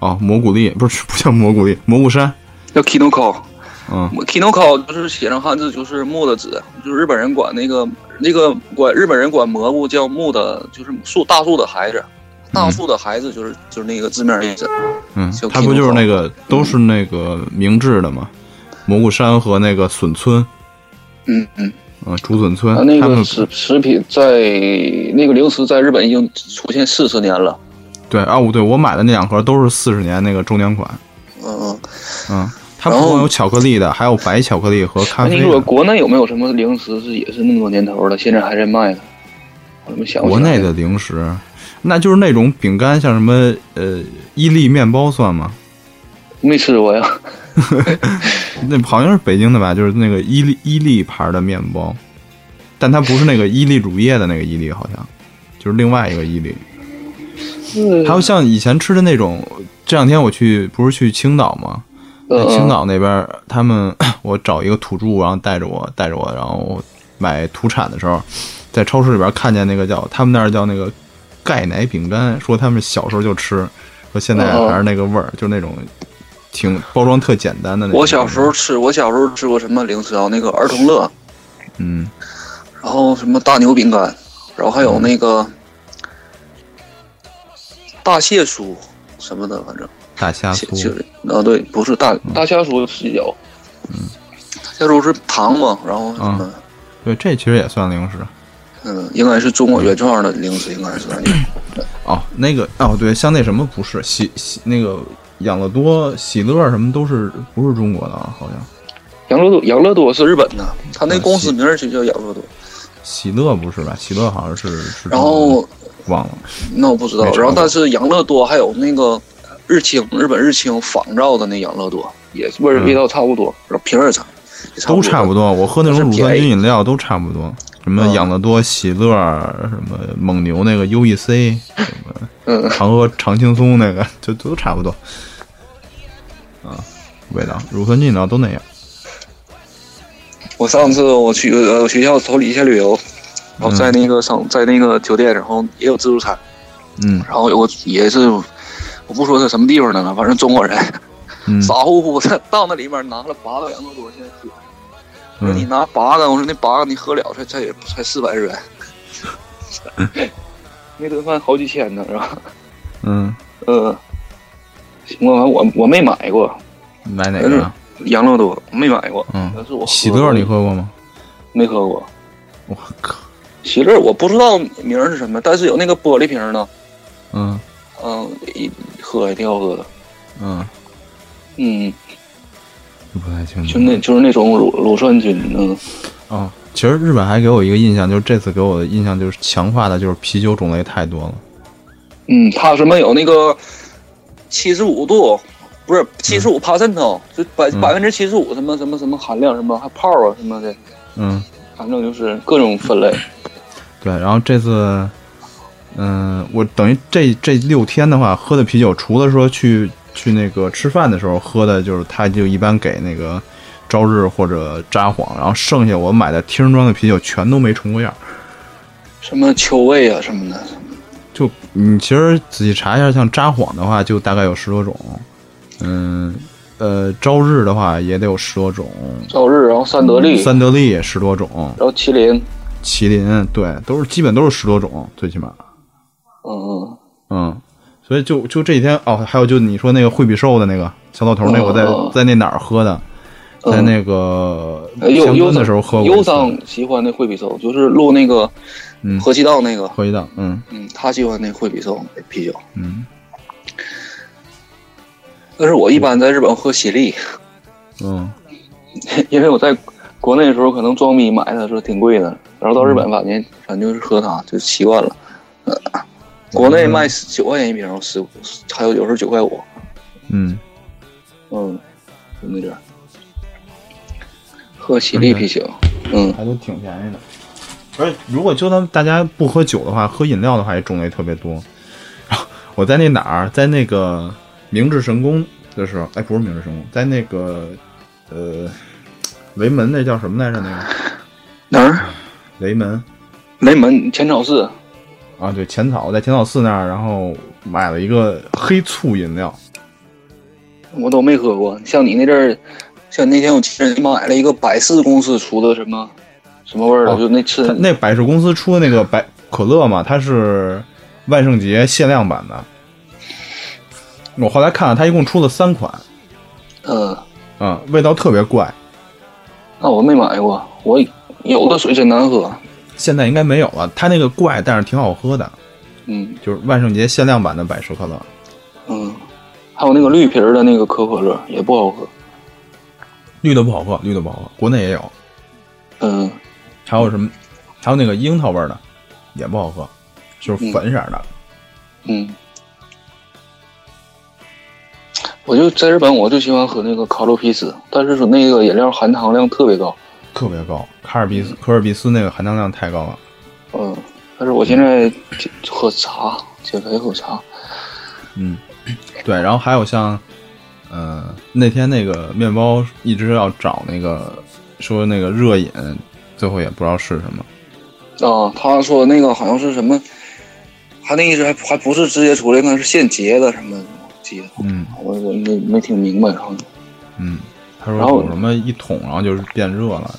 Speaker 2: 哦，蘑菇粒不是 不叫蘑菇粒，蘑菇山。
Speaker 3: 叫 Kinoko。
Speaker 2: 嗯
Speaker 3: Kinoko 就是写成汉字就是木的纸，就是日本人管那个那个管日本人管蘑菇叫木的，就是树大树的孩子，大树的孩子就是、就是那个字面意思。
Speaker 2: 嗯
Speaker 3: 小，
Speaker 2: 它不就是那个都是那个明治的吗？蘑菇山和那个笋村，
Speaker 3: 嗯嗯，
Speaker 2: 嗯，竹笋村
Speaker 3: 啊，，那
Speaker 2: 他
Speaker 3: 个
Speaker 2: 们
Speaker 3: 食食品在那个零食在日本已经出现四十年了。
Speaker 2: 对啊，我对我买的那两盒都是四十年那个周年款，
Speaker 3: 嗯嗯，
Speaker 2: 嗯，它
Speaker 3: 然
Speaker 2: 不
Speaker 3: 后
Speaker 2: 光有巧克力的，还有白巧克力和咖
Speaker 3: 那
Speaker 2: 啡
Speaker 3: 你说
Speaker 2: 的。
Speaker 3: 国内有没有什么零食是也是那么多年头了，现在还在卖的？我怎么想不起
Speaker 2: 国
Speaker 3: 来
Speaker 2: 内的零食，那就是那种饼干，像什么呃伊利面包算吗？
Speaker 3: 没吃过呀？
Speaker 2: 那好像是北京的吧，就是那个伊利伊利牌的面包，但它不是那个伊利乳业的那个伊利，好像就是另外一个伊利。还有像以前吃的那种，这两天我去不是去青岛吗？
Speaker 3: 嗯
Speaker 2: 青岛那边儿他们， 我找一个土著，然后带着我，带着我，然后买土产的时候，在超市里边看见那个叫他们那儿叫那个钙奶饼干，说他们小时候就吃，说现在
Speaker 3: 哦
Speaker 2: 还是那个味儿，就那种挺包装特简单的那种。
Speaker 3: 我小时候，吃，我小时候吃过什么零食啊？那个儿童乐，
Speaker 2: 嗯，
Speaker 3: 然后什么大牛饼干，然后还有那个大蟹酥什么的，反正
Speaker 2: 大嗯虾
Speaker 3: 其其
Speaker 2: 酥，
Speaker 3: 实啊对，不是大大虾酥是有，
Speaker 2: 嗯
Speaker 3: 大虾酥是糖嘛，然后什么
Speaker 2: 啊对，这其实也算零食。
Speaker 3: 嗯，应该是中国原创的零食，应该是感觉
Speaker 2: 哦，那个哦，对，像那什么不是喜喜那个养乐多、喜乐什么都是不是中国的啊？好像
Speaker 3: 养乐多，养乐多是日本的，他
Speaker 2: 啊
Speaker 3: 那公司名儿就叫养乐多。
Speaker 2: 嗯喜乐不是吧？喜乐好像是是中国的。
Speaker 3: 然后
Speaker 2: 忘了，
Speaker 3: 那我不知道
Speaker 2: 没，尝过
Speaker 3: 然后但是养乐多还有那个日清，日本日清仿照的那养乐多，也味儿
Speaker 2: 嗯
Speaker 3: 味道差不多，然后瓶儿也差，也
Speaker 2: 都差不多。
Speaker 3: 多。
Speaker 2: 我喝那种乳酸
Speaker 3: 但是便
Speaker 2: 菌
Speaker 3: 宜
Speaker 2: 饮料都差不多，什么
Speaker 3: 嗯
Speaker 2: 养乐多、喜乐，什么蒙牛那个 E UEC，什么
Speaker 3: 嗯，
Speaker 2: 长喝常青松那个，就都差不多。啊，味道乳酸菌饮料都那样。
Speaker 3: 我上次我去呃我学校投一下旅游，然后在那个商在那个酒店，然后也有自助餐，
Speaker 2: 嗯
Speaker 3: 然后有个也是我不说是什么地方的了，反正中国人
Speaker 2: 嗯
Speaker 3: 傻乎乎的到那里面拿了八个养乐多，现在喝。我说你
Speaker 2: 嗯，
Speaker 3: 拿八个，我说那八个你喝了才才也才四百日元， 那顿饭好几千呢，是吧？
Speaker 2: 嗯，
Speaker 3: 嗯，情况我我没买过
Speaker 2: 买哪个？啊
Speaker 3: 养乐多，没买过。
Speaker 2: 嗯
Speaker 3: 但是嗯我
Speaker 2: 喜
Speaker 3: 喝过
Speaker 2: 乐你喝过吗？
Speaker 3: 没喝过？
Speaker 2: 我靠，
Speaker 3: 喜乐我不知道名儿是什么，但是有那个玻璃瓶儿的，
Speaker 2: 嗯
Speaker 3: 嗯，一喝也挺好喝的。
Speaker 2: 嗯，
Speaker 3: 嗯，
Speaker 2: 就不太清楚。
Speaker 3: 就那就是那种乳乳酸菌，嗯，
Speaker 2: 哦，其实日本还给我一个印象，就是这次给我的印象就是强化的，就是啤酒种类太多了。
Speaker 3: 嗯，它什么有那个七十五度，不是七十五帕渗透，就百
Speaker 2: 嗯
Speaker 3: 百分之七十五什么什么什么含量，什么还泡啊什么的，
Speaker 2: 嗯，
Speaker 3: 反正就是各种分类。
Speaker 2: 对。然后这次，嗯、我等于这这六天的话，喝的啤酒，除了说去去那个吃饭的时候喝的，就是他就一般给那个朝日或者札幌，然后剩下我买的听装的啤酒全都没重过样儿。
Speaker 3: 什么秋味啊什么的，
Speaker 2: 就你其实仔细查一下，像札幌的话，就大概有十多种，嗯，呃，朝日的话也得有十多种，
Speaker 3: 朝日，然后三得利，
Speaker 2: 嗯三得利也十多种，
Speaker 3: 然后麒麟，
Speaker 2: 麒麟对，都是基本都是十多种，最起码，
Speaker 3: 嗯嗯，
Speaker 2: 嗯，所以就就这几天哦，还有就你说那个惠比寿的那个小老头儿那个，我在、
Speaker 3: 嗯嗯嗯
Speaker 2: 在那哪儿喝的，
Speaker 3: 嗯
Speaker 2: 在那个
Speaker 3: 呃
Speaker 2: 嗯香
Speaker 3: 忧忧
Speaker 2: 根的时候喝过一
Speaker 3: 忧
Speaker 2: 次，
Speaker 3: 桑喜欢那惠比寿，就是录那个
Speaker 2: 嗯
Speaker 3: 河西道那个，
Speaker 2: 喝一道，嗯
Speaker 3: 嗯，他喜欢那惠比寿啤酒。
Speaker 2: 嗯
Speaker 3: 但是我一般在日本喝喜力，
Speaker 2: 嗯
Speaker 3: 因为我在国内的时候可能装逼买的时候挺贵的，然后到日本反正反正就是喝它就习惯了。
Speaker 2: 嗯
Speaker 3: 呃、国内卖九块钱一瓶，十还有有时候九块五，
Speaker 2: 嗯，
Speaker 3: 嗯，就那点儿。喝喜力啤酒，嗯，
Speaker 2: 还都挺便宜的。而且如果就算大家不喝酒的话，喝饮料的话也种类特别多。 我在那哪儿，在那个明治神宫的时候，哎，不是明治神宫，在那个呃雷门那叫什么来着？那个
Speaker 3: 哪儿？
Speaker 2: 雷门
Speaker 3: 雷门浅草寺，
Speaker 2: 啊，对，浅草，我在浅草寺那儿，然后买了一个黑醋饮料，
Speaker 3: 我都没喝过。像你那阵儿，像那天我记得你买了一个百事公司出的什么什么味儿的，
Speaker 2: 哦
Speaker 3: 就那吃
Speaker 2: 它那百事公司出的那个百可乐嘛，它是万圣节限量版的。我后来看了，它一共出了三款，
Speaker 3: 嗯。
Speaker 2: 嗯，味道特别怪，
Speaker 3: 那我没买过，我有的水真难喝。
Speaker 2: 现在应该没有了。它那个怪，但是挺好喝的，
Speaker 3: 嗯
Speaker 2: 就是万圣节限量版的百事可乐。
Speaker 3: 嗯，还有那个绿皮儿的那个可口可乐也不好喝。
Speaker 2: 绿的不好喝，绿的不好喝，国内也有。
Speaker 3: 嗯
Speaker 2: 还有什么？还有那个樱桃味儿的，也不好喝，就是粉色儿的。
Speaker 3: 嗯，我就在日本，我就喜欢喝那个烤肉披斯，但是说那个饮料含糖量特别高。
Speaker 2: 特别高，卡尔比斯科尔比斯那个含糖量太高了。
Speaker 3: 嗯，但是我现在就喝茶，减肥喝茶。
Speaker 2: 嗯，对，然后还有像，呃，那天那个面包一直要找那个说那个热饮，最后也不知道是什么。
Speaker 3: 啊，他说那个好像是什么，他那意思还还不是直接出来，那是现结的什么的，我记得
Speaker 2: 嗯
Speaker 3: 我我没没听明白好像。
Speaker 2: 嗯，他说
Speaker 3: 然后
Speaker 2: 有什么一桶，然后就是变热了。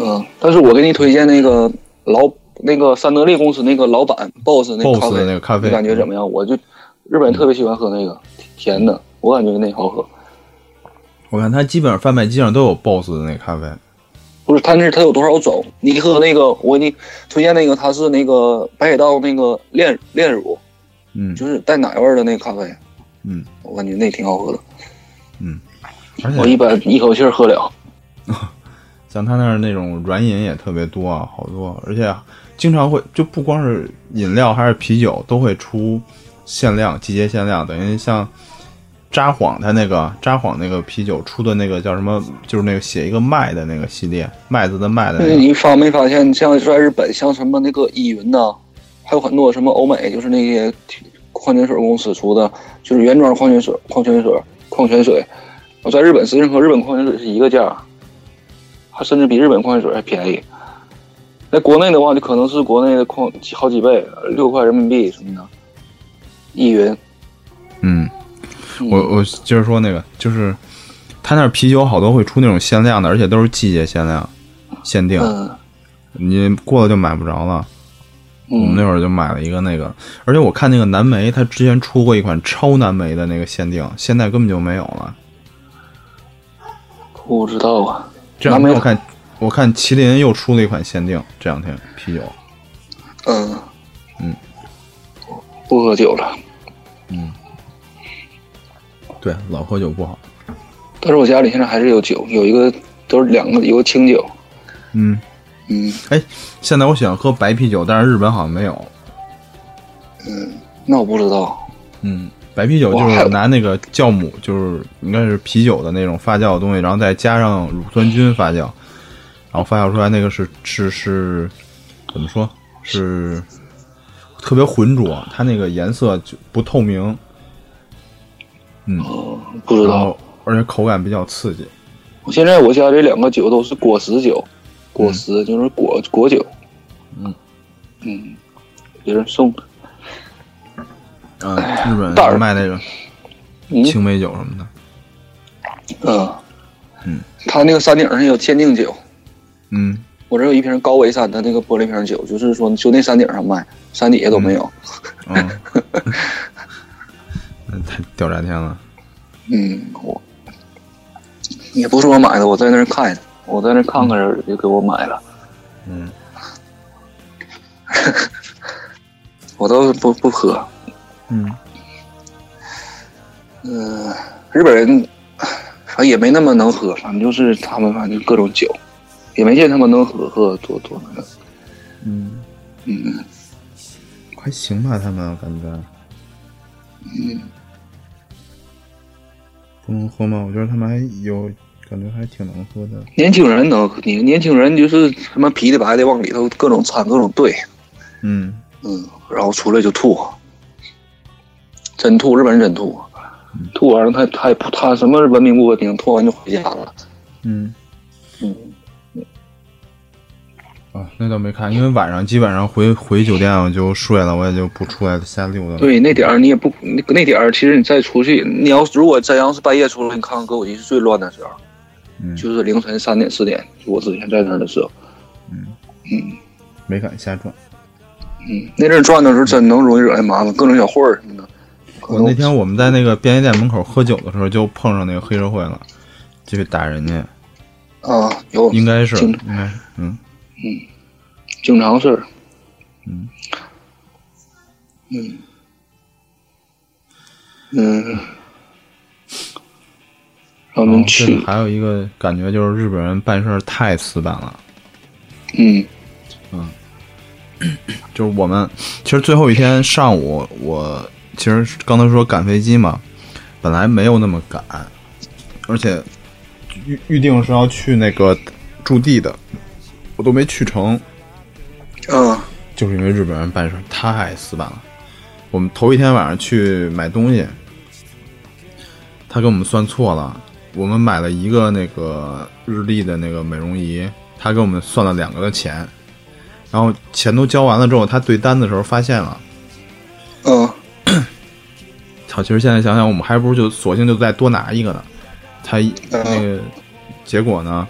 Speaker 3: 嗯，但是我给你推荐那个老那个三得利公司那个老板 boss 那个
Speaker 2: BOSS
Speaker 3: 咖啡，
Speaker 2: 的那个咖啡
Speaker 3: 你感觉怎么样？我就日本人特别喜欢喝那个甜的，我感觉那好喝。
Speaker 2: 我看他基本上贩卖机上都有 BOSS 的那咖啡。
Speaker 3: 不是，但是它有多少种？你喝那个，我给你推荐那个，它是那个白雪道那个炼炼乳，
Speaker 2: 嗯
Speaker 3: 就是带奶味儿的那个咖啡，
Speaker 2: 嗯
Speaker 3: 我感觉那挺好喝的。
Speaker 2: 嗯，而
Speaker 3: 我一
Speaker 2: 且
Speaker 3: 般一口气儿喝了。
Speaker 2: 像他那儿那种软饮也特别多啊，好多，而且经常会就不光是饮料还是啤酒都会出限量、季节限量，等于像。札幌他那个札幌那个啤酒出的那个叫什么？就是那个写一个麦的那个系列，麦子的麦的
Speaker 3: 那
Speaker 2: 那个。
Speaker 3: 你发没发现，像在日本，像什么那个依云呐，还有很多什么欧美，就是那些矿泉水公司出的，就是原装矿泉水、矿泉水、矿泉水。我在日本实际上和日本矿泉水是一个价儿，还甚至比日本矿泉水还便宜。在国内的话，就可能是国内的矿好几倍，六块人民币什么的。依云，
Speaker 2: 嗯，我我接着说那个，就是他那儿啤酒好多会出那种限量的，而且都是季节限量、限定。
Speaker 3: 嗯
Speaker 2: 你过了就买不着了。我嗯们那会儿就买了一个那个，而且我看那个蓝莓，它之前出过一款超蓝莓的那个限定，现在根本就没有了。
Speaker 3: 不知道啊，
Speaker 2: 这两
Speaker 3: 蓝
Speaker 2: 天
Speaker 3: 莓
Speaker 2: 我看，我看麒麟又出了一款限定，这两天啤酒，
Speaker 3: 嗯
Speaker 2: 嗯，
Speaker 3: 不喝酒了。
Speaker 2: 对，老喝酒不好。
Speaker 3: 但是我家里现在还是有酒，有一个都是两个，有个清酒，
Speaker 2: 嗯，
Speaker 3: 嗯，
Speaker 2: 哎，现在我想喝白啤酒，但是日本好像没有。
Speaker 3: 那我不知道，
Speaker 2: 嗯，白啤酒就
Speaker 3: 哇还
Speaker 2: 是
Speaker 3: 有
Speaker 2: 拿那个酵母，就是应该是啤酒的那种发酵的东西，然后再加上乳酸菌发酵，然后发酵出来那个是是是怎么说？是特别浑浊，它那个颜色就不透明，嗯
Speaker 3: 呃不知
Speaker 2: 然
Speaker 3: 道。
Speaker 2: 后而且口感比较刺激。
Speaker 3: 我现在我家这两个酒都是果实酒，果实、就是果果酒，嗯嗯，别人送的，
Speaker 2: 嗯，日本
Speaker 3: 袋儿
Speaker 2: 卖那个
Speaker 3: 嗯
Speaker 2: 青梅酒什么的。
Speaker 3: 嗯
Speaker 2: 嗯，
Speaker 3: 他那个山顶上有限定酒，
Speaker 2: 嗯，
Speaker 3: 我这有一瓶高维山的那个玻璃瓶酒，就是说就那山顶上卖，山底下都没有，
Speaker 2: 嗯， 那太屌炸天了。
Speaker 3: 嗯，我也不是我买的，我在那儿看的，我在那儿看看人就给我买了。
Speaker 2: 嗯，
Speaker 3: 我都不不喝。
Speaker 2: 嗯，
Speaker 3: 嗯、日本人反正也没那么能喝，反正就是他们反正各种酒，也没见他们能喝喝多多那个。
Speaker 2: 嗯，
Speaker 3: 嗯，
Speaker 2: 还行吧，他们我感觉。不能喝吗？我觉得他们还有感觉还挺能喝的。
Speaker 3: 年轻人能喝，年年轻人就是他妈啤的白的往里头各种掺各种兑，
Speaker 2: 嗯
Speaker 3: 嗯，然后出来就吐，真吐，日本人真吐，吐完了他他也不他什么文明不文明，吐完就回家了。
Speaker 2: 嗯
Speaker 3: 嗯，
Speaker 2: 啊，那倒没看，因为晚上基本上回回酒店我就睡了，我也就不出来瞎溜达了。
Speaker 3: 对，那点儿你也不那那点儿，其实你再出去，你要如果真要是半夜出来，你看看歌舞伎是最乱的时候。
Speaker 2: 嗯，
Speaker 3: 就是凌晨三点四点，我之前在那儿的时候，
Speaker 2: 没敢瞎转。
Speaker 3: 嗯，那阵儿转的时候真能容易惹人麻烦，各种小混儿什么的。可
Speaker 2: 我
Speaker 3: 能
Speaker 2: 那天我们在那个便利店门口喝酒的时候，就碰上那个黑社会了，就去打人家，
Speaker 3: 啊有
Speaker 2: 应该是，
Speaker 3: 经
Speaker 2: 应该是，嗯
Speaker 3: 经常事儿，
Speaker 2: 嗯
Speaker 3: 嗯嗯，让我
Speaker 2: 然后
Speaker 3: 们
Speaker 2: 这里
Speaker 3: 去，
Speaker 2: 哦还有一个感觉就是日本人办事儿太死板了，
Speaker 3: 嗯
Speaker 2: 就是我们其实最后一天上午，我其实刚才说赶飞机嘛，本来没有那么赶，而且预预定是要去那个驻地的，我都没去成，
Speaker 3: 啊
Speaker 2: 就是因为日本人办事儿太死板了。我们头一天晚上去买东西，他给我们算错了，我们买了一个那个日立的那个美容仪，他给我们算了两个的钱，然后钱都交完了之后，他对单的时候发现了。
Speaker 3: 啊
Speaker 2: 操，其实现在想想，我们还不如就索性就再多拿一个呢。他一
Speaker 3: 嗯
Speaker 2: 那个结果呢，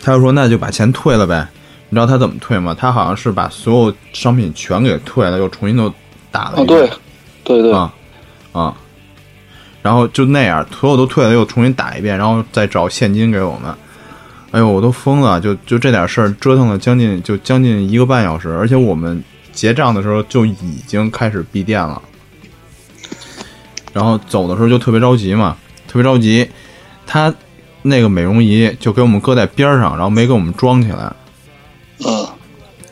Speaker 2: 他就说那就把钱退了呗。你知道他怎么退吗？他好像是把所有商品全给退了，又重新又打了
Speaker 3: 啊
Speaker 2: 一遍
Speaker 3: 对对对，
Speaker 2: 哎啊啊，然后就那样，所有都退了，又重新打一遍，然后再找现金给我们。哎呦，我都疯了！就就这点事儿折腾了将近就将近一个半小时，而且我们结账的时候就已经开始闭店了，然后走的时候就特别着急嘛，特别着急。他那个美容仪就给我们搁在边儿上，然后没给我们装起来。
Speaker 3: 啊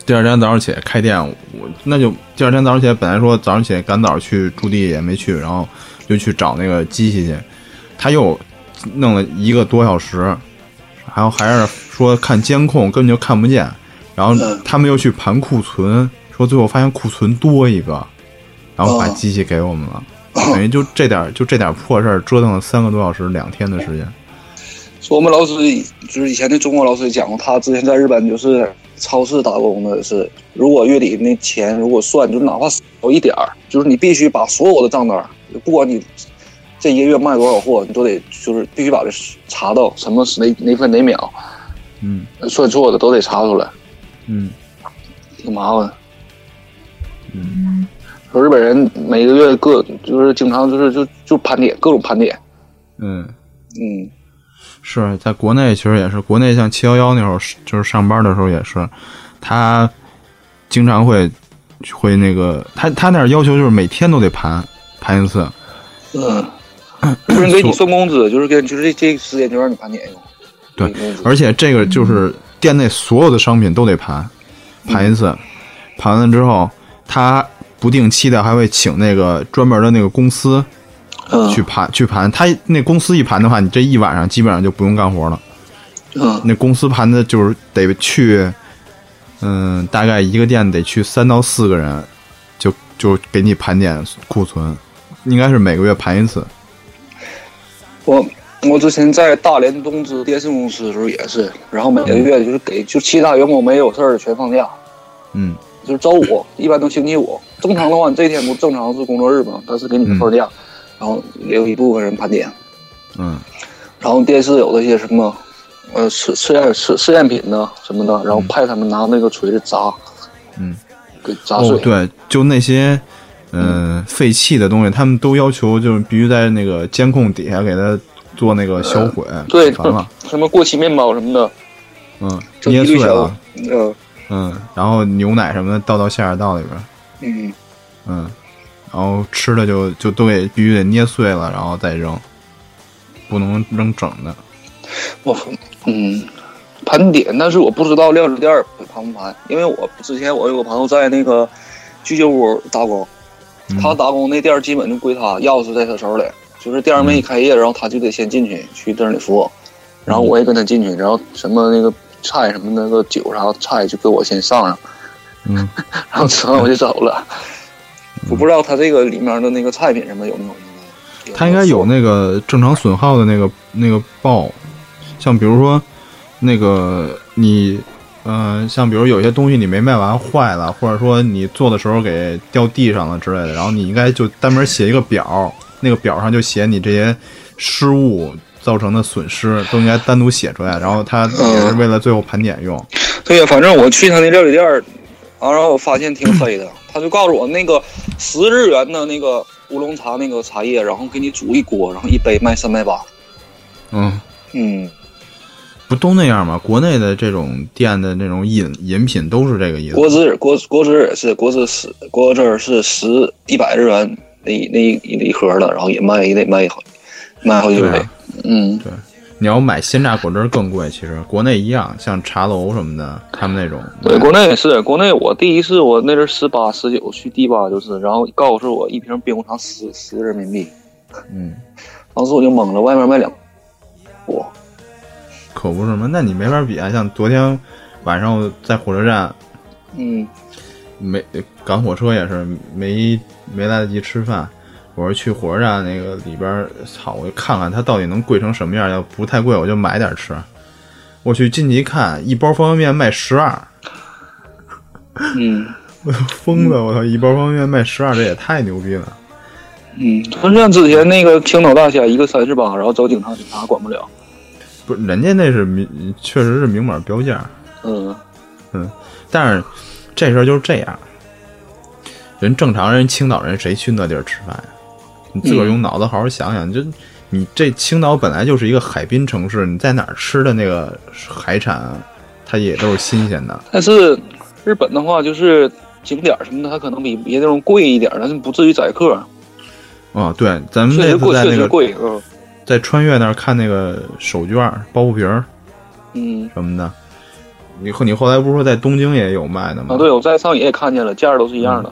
Speaker 2: 第二天早上起来开店，我那就第二天早上起来，本来说早上起来赶早去驻地也没去，然后就去找那个机器去，他又弄了一个多小时，然后还是说看监控根本就看不见，然后
Speaker 3: 嗯
Speaker 2: 他们又去盘库存，说最后发现库存多一个，然后把
Speaker 3: 哦
Speaker 2: 机器给我们了，等于就这点儿就这点儿破事儿折腾了三个多小时，两天的时间。
Speaker 3: 说我们老师以就是以前的中国老师也讲过，他之前在日本就是超市打工的是，如果月底那钱如果算，就是哪怕少一点儿，就是你必须把所有的账单儿，不管你这一个月卖多少货，你都得就是必须把这查到什么是哪哪分哪秒
Speaker 2: 嗯
Speaker 3: 算错的都得查出来。
Speaker 2: 嗯
Speaker 3: 挺麻烦。
Speaker 4: 嗯，
Speaker 3: 说日本人每个月各就是经常就是就就盘点各种盘点，
Speaker 2: 嗯，
Speaker 3: 嗯，
Speaker 2: 是在国内其实也是，国内像七幺幺那会儿是，就是上班的时候也是，他经常会会那个，他他那儿要求就是每天都得盘盘一次，
Speaker 3: 嗯，就是给
Speaker 2: 嗯
Speaker 3: 你算工资，就是给就是这这时间就让你盘点用。
Speaker 2: 对
Speaker 3: 给你工资，
Speaker 2: 而且这个就是店内所有的商品都得盘，盘一次，盘完了之后，他不定期的还会请那个专门的那个公司
Speaker 3: 嗯
Speaker 2: 去盘、去盘，他那公司一盘的话，你这一晚上基本上就不用干活了。
Speaker 3: 嗯
Speaker 2: 那公司盘的就是得去，嗯，大概一个店得去三到四个人，就就给你盘点库存，应该是每个月盘一次。
Speaker 3: 我我之前在大连东芝电信公司的时候也是，然后每个月就是给就其他员工没有事儿全放假，
Speaker 2: 嗯
Speaker 3: 就是周五，一般都星期五。正常的话，你这一天不正常是工作日嘛，但是给你放假，然后也有一部分人盘点。
Speaker 2: 嗯
Speaker 3: 然后电视有那些什么，呃，试试验试试验品呐什么的，然后派他们拿那个锤子砸，
Speaker 2: 嗯，
Speaker 3: 给砸碎。
Speaker 2: 哦，对，就那些
Speaker 3: 嗯
Speaker 2: 呃废弃的东西，他们都要求就是必须在那个监控底下给它做那个销毁，
Speaker 3: 呃对
Speaker 2: 完了，
Speaker 3: 什么过期面包什么的，
Speaker 2: 嗯，
Speaker 3: 整
Speaker 2: 捏
Speaker 3: 一
Speaker 2: 碎
Speaker 3: 堆小
Speaker 2: 了，，
Speaker 3: 嗯
Speaker 2: 嗯，然后牛奶什么的倒到下水道里边，
Speaker 3: 嗯，
Speaker 2: 嗯，然后吃的就就都给必须得捏碎了，然后再扔，不能扔整的。
Speaker 3: 我嗯盘点，但是我不知道料理店儿盘不盘，因为我之前我有个朋友在那个居酒屋打工，
Speaker 2: 嗯
Speaker 3: 他打工那店儿基本就归他，钥匙在他手里，就是
Speaker 2: 嗯
Speaker 3: 店儿没开业，然后他就得先进去去店儿里服务，然后我也跟他进去，然后什么那个菜什么那个酒啥菜就给我先上上，
Speaker 2: 嗯，
Speaker 3: 然后吃完我就走了。我不知道他这个里面的那个菜品什么有没有那个，
Speaker 2: 他应该有那个正常损耗的那个那个报，像比如说那个你，呃，像比如有些东西你没卖完坏了，或者说你做的时候给掉地上了之类的，然后你应该就单门写一个表，那个表上就写你这些失误。造成的损失都应该单独写出来，然后他也是为了最后盘点用。
Speaker 3: 对呀，反正我去他那料理店儿，然后我发现挺黑 的，他就告诉我那个十日元的那个乌龙茶那个茶叶，然后给你煮一锅，然后一杯卖三百八。
Speaker 2: 嗯，
Speaker 3: 嗯，
Speaker 2: 不都那样吗？国内的这种店的那种饮饮品都是这个意思。
Speaker 3: 果汁果果汁也是果汁十果汁是十一百日元那一那一那一盒的，然后也卖也得卖好卖好几
Speaker 2: 对
Speaker 3: 杯。
Speaker 2: 啊
Speaker 3: 嗯，
Speaker 2: 你要买鲜榨果汁更贵，其实国内一样，像茶楼什么的，他们那种。
Speaker 3: 对，国内也是，国内我第一次我那阵十八十九去迪吧就是，然后告诉我一瓶冰红茶十十人民币，
Speaker 2: 嗯，
Speaker 3: 当时我就懵了，外面卖两，我
Speaker 2: 可不是吗？那你没法比啊。像昨天晚上我在火车站
Speaker 3: 嗯
Speaker 2: 没赶火车也是没没来得及吃饭，我是去火车站那个里边儿，操，我就看看它到底能贵成什么样，要不太贵我就买点儿吃。我去进去一看，一包方便面卖十二，
Speaker 3: 嗯。
Speaker 2: 我疯了！我操，一包方便面卖十二，这也太牛逼了。
Speaker 3: 嗯，就像之前那个青岛大虾，一个三十八，然后找警察，警察管不了。
Speaker 2: 不是，人家那是明，确实是明码标价。
Speaker 3: 嗯，
Speaker 2: 但是这事儿就是这样，人正常人青岛人谁去那地儿吃饭呀？你自个儿用脑子好好想想，就你这青岛本来就是一个海滨城市，你在哪儿吃的那个海产，它也都是新鲜的。
Speaker 3: 但是日本的话，就是景点儿什么的，它可能比别的地方贵一点儿，但是不至于宰客。
Speaker 2: 哦，对，咱们
Speaker 3: 确
Speaker 2: 那
Speaker 3: 实
Speaker 2: 次
Speaker 3: 贵，
Speaker 2: 在
Speaker 3: 确
Speaker 2: 那
Speaker 3: 实
Speaker 2: 个
Speaker 3: 贵。嗯
Speaker 2: 在穿越那儿看那个手绢儿、包布皮儿
Speaker 3: 嗯
Speaker 2: 什么的，你后你后来不是说在东京也有卖的吗？
Speaker 3: 啊，对，我在上野也看见了，价儿都是一样的，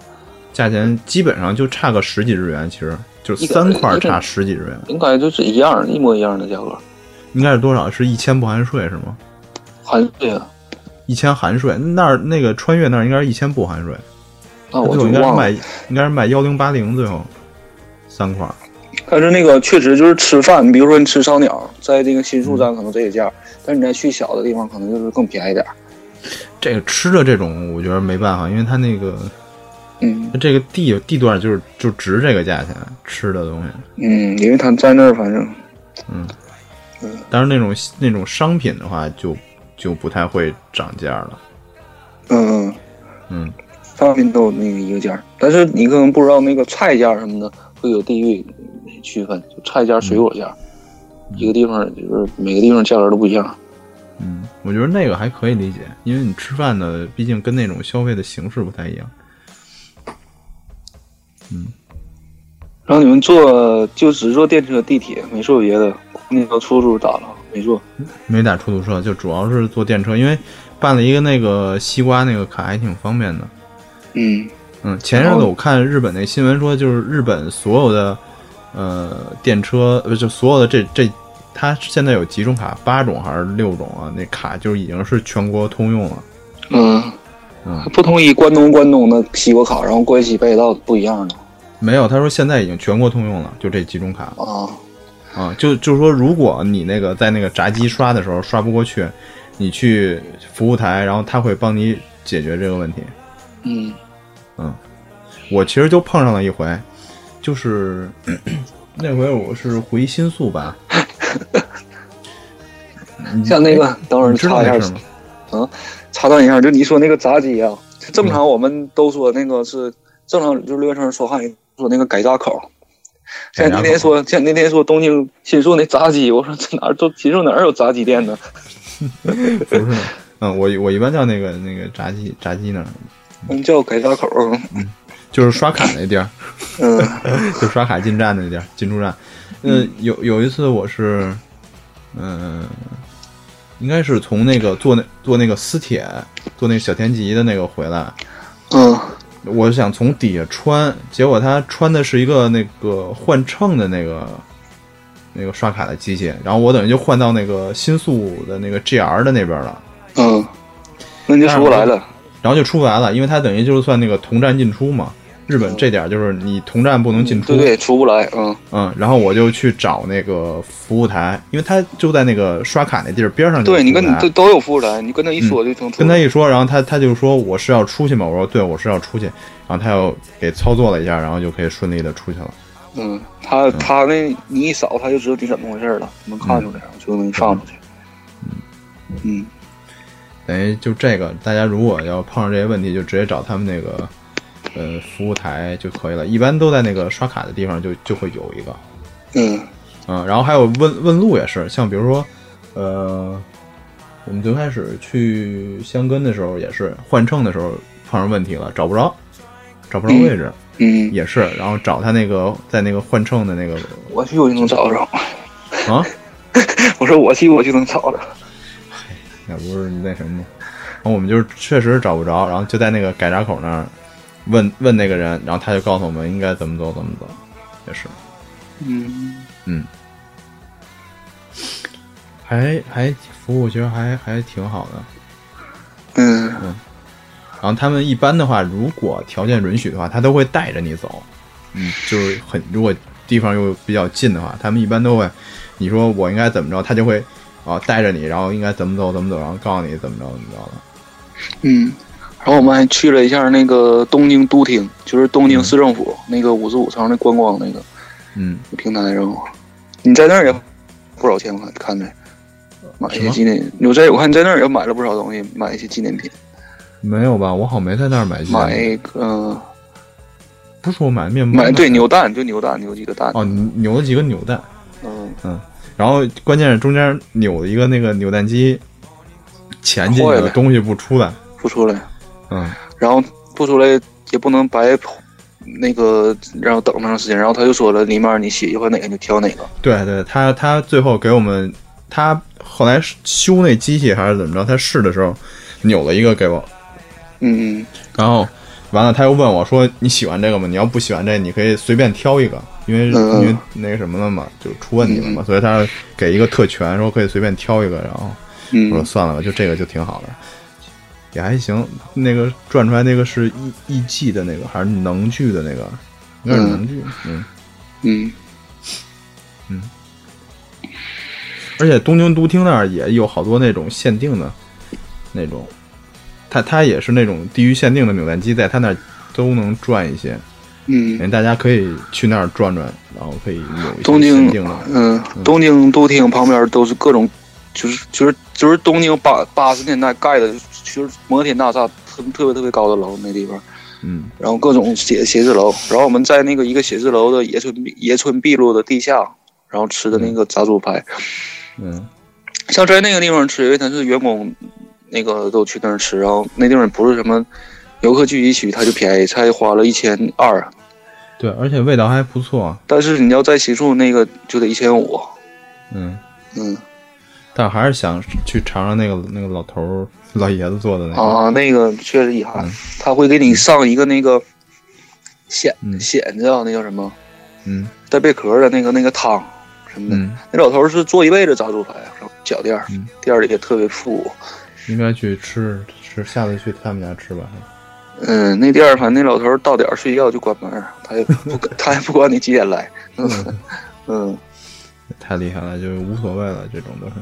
Speaker 2: 价钱基本上就差个十几日元，其实就
Speaker 3: 一个
Speaker 2: 三块儿
Speaker 3: 一个
Speaker 2: 差十几日元，
Speaker 3: 应该就是一样，一模一样的价格，
Speaker 2: 应该是多少？是一千不含税是吗？
Speaker 3: 含税啊。
Speaker 2: 一千含税，那儿那个穿越那儿应该是一千不含税，
Speaker 3: 那我
Speaker 2: 最
Speaker 3: 就
Speaker 2: 后应该是
Speaker 3: 忘
Speaker 2: 卖
Speaker 3: 了。
Speaker 2: 应该是卖幺零八零最后三块儿，
Speaker 3: 但是那个确实就是吃饭，你比如说你吃烧鸟，在这个新宿站可能这个价儿，但是你再去小的地方，可能就是更便宜点儿。
Speaker 2: 这个吃的这种我觉得没办法，因为它那个
Speaker 3: 嗯
Speaker 2: 这个地地段就是就值这个价钱吃的东西，
Speaker 3: 嗯，因为他在那儿，反正
Speaker 2: 但是那种那种商品的话就就不太会涨价了。
Speaker 3: 嗯，
Speaker 2: 嗯，
Speaker 3: 大品都有那个一个价，但是你可能不知道那个菜价什么的会有地域区分，就菜价、水果价，一个地方就是每个地方价格都不一样。
Speaker 2: 嗯，我觉得那个还可以理解，因为你吃饭的毕竟跟那种消费的形式不太一样。嗯，
Speaker 3: 然后你们坐就只坐电车、地铁，没坐别的。那个出租打了，没坐，
Speaker 2: 没打出租车，就主要是坐电车，因为办了一个那个西瓜那个卡，还挺方便的。
Speaker 3: 嗯
Speaker 2: 嗯，前日子我看日本那新闻说，就是日本所有的呃电车，呃就所有的这这，它现在有几种卡，八种还是六种啊？那卡就已经是全国通用了。
Speaker 3: 嗯
Speaker 2: 嗯，
Speaker 3: 不同意关东关东的西瓜卡，然后关西北海道不一样的
Speaker 2: 没有，他说现在已经全国通用了，就这几种卡
Speaker 3: 啊。
Speaker 2: 啊。就就是说，如果你那个在那个闸机刷的时候刷不过去，你去服务台，然后他会帮你解决这个问题。
Speaker 3: 嗯
Speaker 2: 我其实就碰上了一回，就是 那回我是回新宿吧，
Speaker 3: 像那个，等会儿
Speaker 2: 哎你知道
Speaker 3: 插
Speaker 2: 那
Speaker 3: 一
Speaker 2: 事儿
Speaker 3: 下
Speaker 2: 吗，？
Speaker 3: 插断一下，就你说那个炸鸡啊，就正
Speaker 2: 嗯
Speaker 3: 常我们都说那个是正常，就是留学生说汉语说那个改炸口。像那天说，像那天说东京新宿那炸鸡，我说这哪儿都新宿哪儿有炸鸡店呢？
Speaker 2: 不是，嗯，我我一般叫那个那个炸鸡炸鸡那儿，
Speaker 3: 嗯，叫改炸口。
Speaker 2: 就是刷卡那地儿，
Speaker 3: 嗯
Speaker 2: 就刷卡进站那地儿，进出站。嗯，有有一次我是，嗯、应该是从那个坐那坐那个私铁，坐那个小田急的那个回来，
Speaker 3: 嗯
Speaker 2: 我想从底下穿，结果他穿的是一个那个换乘的那个那个刷卡的机器，然后我等于就换到那个新宿的那个 GR 的那边了，
Speaker 3: 嗯，那你就出不来了。
Speaker 2: 然后就出不来了，因为它等于就是算那个同站进出嘛。日本这点就是你同站不能进出，
Speaker 3: 对对，出不来。嗯
Speaker 2: 嗯，然后我就去找那个服务台，因为他就在那个刷卡那地儿边上就有服务台。
Speaker 3: 对你跟你都都有服务台，你跟他一说就成出
Speaker 2: 跟
Speaker 3: 来
Speaker 2: 他一说，然后他他就说我是要出去嘛，我说对，我是要出去，然后他又给操作了一下，然后就可以顺利的出去了。
Speaker 3: 嗯，他他那你一扫，他就知道你怎么回事了，能看出来，就能上出去。嗯
Speaker 2: 等于就这个，大家如果要碰上这些问题，就直接找他们那个呃服务台就可以了。一般都在那个刷卡的地方就就会有一个，
Speaker 3: 嗯
Speaker 2: 嗯，然后还有问问路也是，像比如说，呃，我们最开始去香根的时候也是换乘的时候碰上问题了，找不着，找不着位置、
Speaker 3: 嗯，
Speaker 2: 也是，然后找他那个在那个换乘的那个
Speaker 3: 我去我就能找着。
Speaker 2: 啊，
Speaker 3: 我说我去我就能找着。
Speaker 2: 那不是那什么吗？然后我们就是确实找不着，然后就在那个改闸口那儿问问那个人，然后他就告诉我们应该怎么走怎么走，也是，
Speaker 3: 嗯，
Speaker 2: 嗯，还还服务其实还还挺好的。
Speaker 3: 嗯
Speaker 2: 然后他们一般的话，如果条件允许的话，他都会带着你走。嗯，就是很如果地方又比较近的话，他们一般都会，你说我应该怎么着，他就会啊、带着你，然后应该怎么走怎么走，然后告诉你怎么着怎么着的。
Speaker 3: 嗯，然后我们还去了一下那个东京都厅，就是东京市政府、那个五十五层的观光那个
Speaker 2: 嗯，
Speaker 3: 平台上，你在那儿也不少钱，我看看着。买一
Speaker 2: 什
Speaker 3: 些
Speaker 2: 么
Speaker 3: 纪念，我在我看你在那儿也买了不少东西，买一些纪念品，
Speaker 2: 没有吧？我好像没在那儿买鸡蛋
Speaker 3: 买呃
Speaker 2: 不是我买的面包吗，
Speaker 3: 买对牛蛋，就牛蛋，牛几个蛋，
Speaker 2: 哦，扭了几个扭蛋，
Speaker 3: 嗯，
Speaker 2: 然后关键是中间扭了一个那个扭蛋机前进去
Speaker 3: 坏
Speaker 2: 了，
Speaker 3: 了
Speaker 2: 东西不出来。
Speaker 3: 不出来，
Speaker 2: 嗯，
Speaker 3: 然后不出来也不能白那个然后等那么长时间，然后他就说了，里面你喜欢哪个你就挑哪个，
Speaker 2: 对对，他他最后给我们，他后来修那机器还是怎么着，他试的时候扭了一个给我，
Speaker 3: 嗯
Speaker 2: 然后完了他又问我说你喜欢这个吗？你要不喜欢这，你可以随便挑一个，因为、
Speaker 3: 嗯
Speaker 2: 因为那个什么了嘛，就出问题了嘛，
Speaker 3: 嗯
Speaker 2: 所以他给一个特权，说可以随便挑一个，然后
Speaker 3: 嗯
Speaker 2: 我说
Speaker 3: 嗯
Speaker 2: 算了吧，就这个就挺好的。也还行，那个转出来那个是艺艺伎的那个，还是能剧的那个？应该是能剧，嗯
Speaker 3: 嗯
Speaker 2: 而且东京都厅那儿也有好多那种限定的，那种，它它也是那种地域限定的扭蛋机，在它那儿都能转一些，
Speaker 3: 嗯
Speaker 2: 人大家可以去那儿转转，然后可以有一
Speaker 3: 东
Speaker 2: 些
Speaker 3: 京
Speaker 2: 限定的，
Speaker 3: 嗯，东京都厅旁边都是各种，就是就是就是东京八八十年代盖的，就是摩天大厦，特特别特别高的楼那地方，
Speaker 2: 嗯
Speaker 3: 然后各种写写字楼，然后我们在那个一个写字楼的野村野村碧路的地下，然后吃的那个炸猪排，
Speaker 2: 嗯
Speaker 3: 像在那个地方吃，因为它是员工那个都去那儿吃，然后那地方也不是什么游客聚集区，它就便宜，才花了一千二，
Speaker 2: 对，而且味道还不错，
Speaker 3: 但是你要在西宿那个就得一千五，
Speaker 2: 嗯，
Speaker 3: 嗯
Speaker 2: 但还是想去尝尝那个那个老头儿老爷子做的那个，
Speaker 3: 啊，那个确实遗憾
Speaker 2: 嗯，
Speaker 3: 他会给你上一个那个蚬
Speaker 2: 嗯
Speaker 3: 蚬子啊，那叫什么
Speaker 2: 嗯
Speaker 3: 带贝壳的那个那个汤什么的。
Speaker 2: 嗯，
Speaker 3: 那老头是做一辈子炸猪排，然后小店儿
Speaker 2: 嗯，
Speaker 3: 店儿里也特别富。
Speaker 2: 应该去吃吃，下次去他们家吃吧。
Speaker 3: 嗯，那店儿反正那老头到点儿睡觉就关门儿，他也不他也不管你几点来。 嗯
Speaker 2: 太厉害了，就无所谓了，这种都是，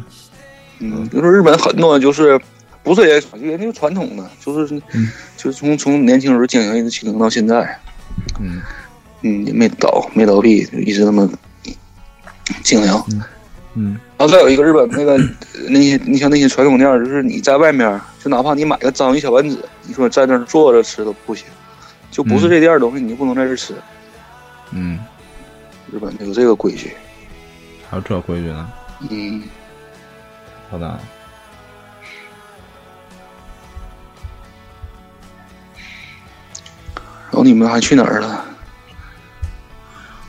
Speaker 3: 嗯，比如说日本很多就是不是也传，人家就传统的，就是
Speaker 2: 嗯
Speaker 3: 就是从从年轻时候经营一直经营到现在，
Speaker 2: 嗯
Speaker 3: 嗯，也没倒没倒闭，就一直那么经营。
Speaker 2: 嗯
Speaker 3: 然后再有一个日本那个那些，你像那些传统店儿，就是你在外面儿，就哪怕你买个章鱼小丸子，你说在那儿坐着吃都不行，就不是
Speaker 2: 嗯
Speaker 3: 这店儿东西，你就不能在这儿吃。
Speaker 2: 嗯，
Speaker 3: 日本有这个规矩。
Speaker 2: 还有这规矩呢，
Speaker 3: 嗯，
Speaker 2: 操蛋了。
Speaker 3: 然后你们还去哪儿了？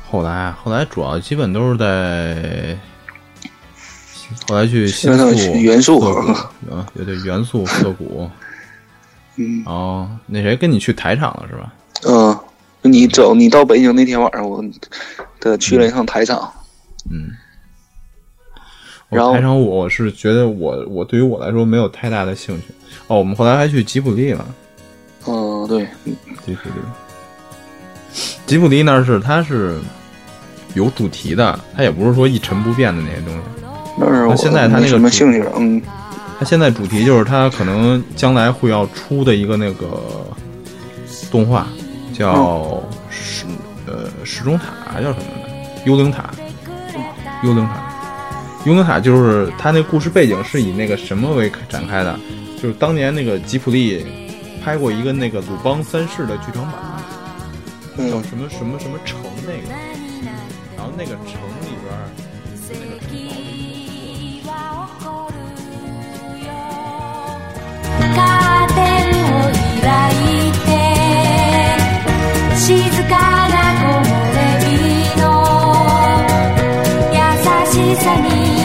Speaker 2: 后来啊，后来主要基本都是在，后来去
Speaker 3: 现
Speaker 2: 新
Speaker 3: 在
Speaker 2: 宿
Speaker 3: 到元素。
Speaker 2: 涩谷啊，也对，元素涩谷，
Speaker 3: 嗯
Speaker 2: 然后那谁跟你去台场了是吧？
Speaker 3: 嗯，就你走，你到北京那天晚上，我的呃去了一趟台场。
Speaker 2: 嗯。
Speaker 3: 然后
Speaker 2: 我台场我我是觉得我我对于我来说没有太大的兴趣哦，我们后来还去吉卜力了，
Speaker 3: 嗯，对，
Speaker 2: 吉卜力，吉卜力那儿是它是有主题的，它也不是说一成不变的那些东西，
Speaker 3: 那儿
Speaker 2: 那
Speaker 3: 我
Speaker 2: 现在他那
Speaker 3: 没
Speaker 2: 个
Speaker 3: 什么
Speaker 2: 主
Speaker 3: 兴趣了。嗯
Speaker 2: 它现在主题就是它可能将来会要出的一个那个动画，叫时呃时钟塔叫什么呢？幽灵塔，幽灵塔，幽灵塔就是它那故事背景是以那个什么为展开的？就是当年那个吉普力拍过一个那个鲁邦三世的剧场版，叫
Speaker 3: 嗯
Speaker 2: 什么什么什么城那个，然后那个城里边儿那个城堡里面。
Speaker 5: カーテンを開いて静かな木漏れ日の優しさに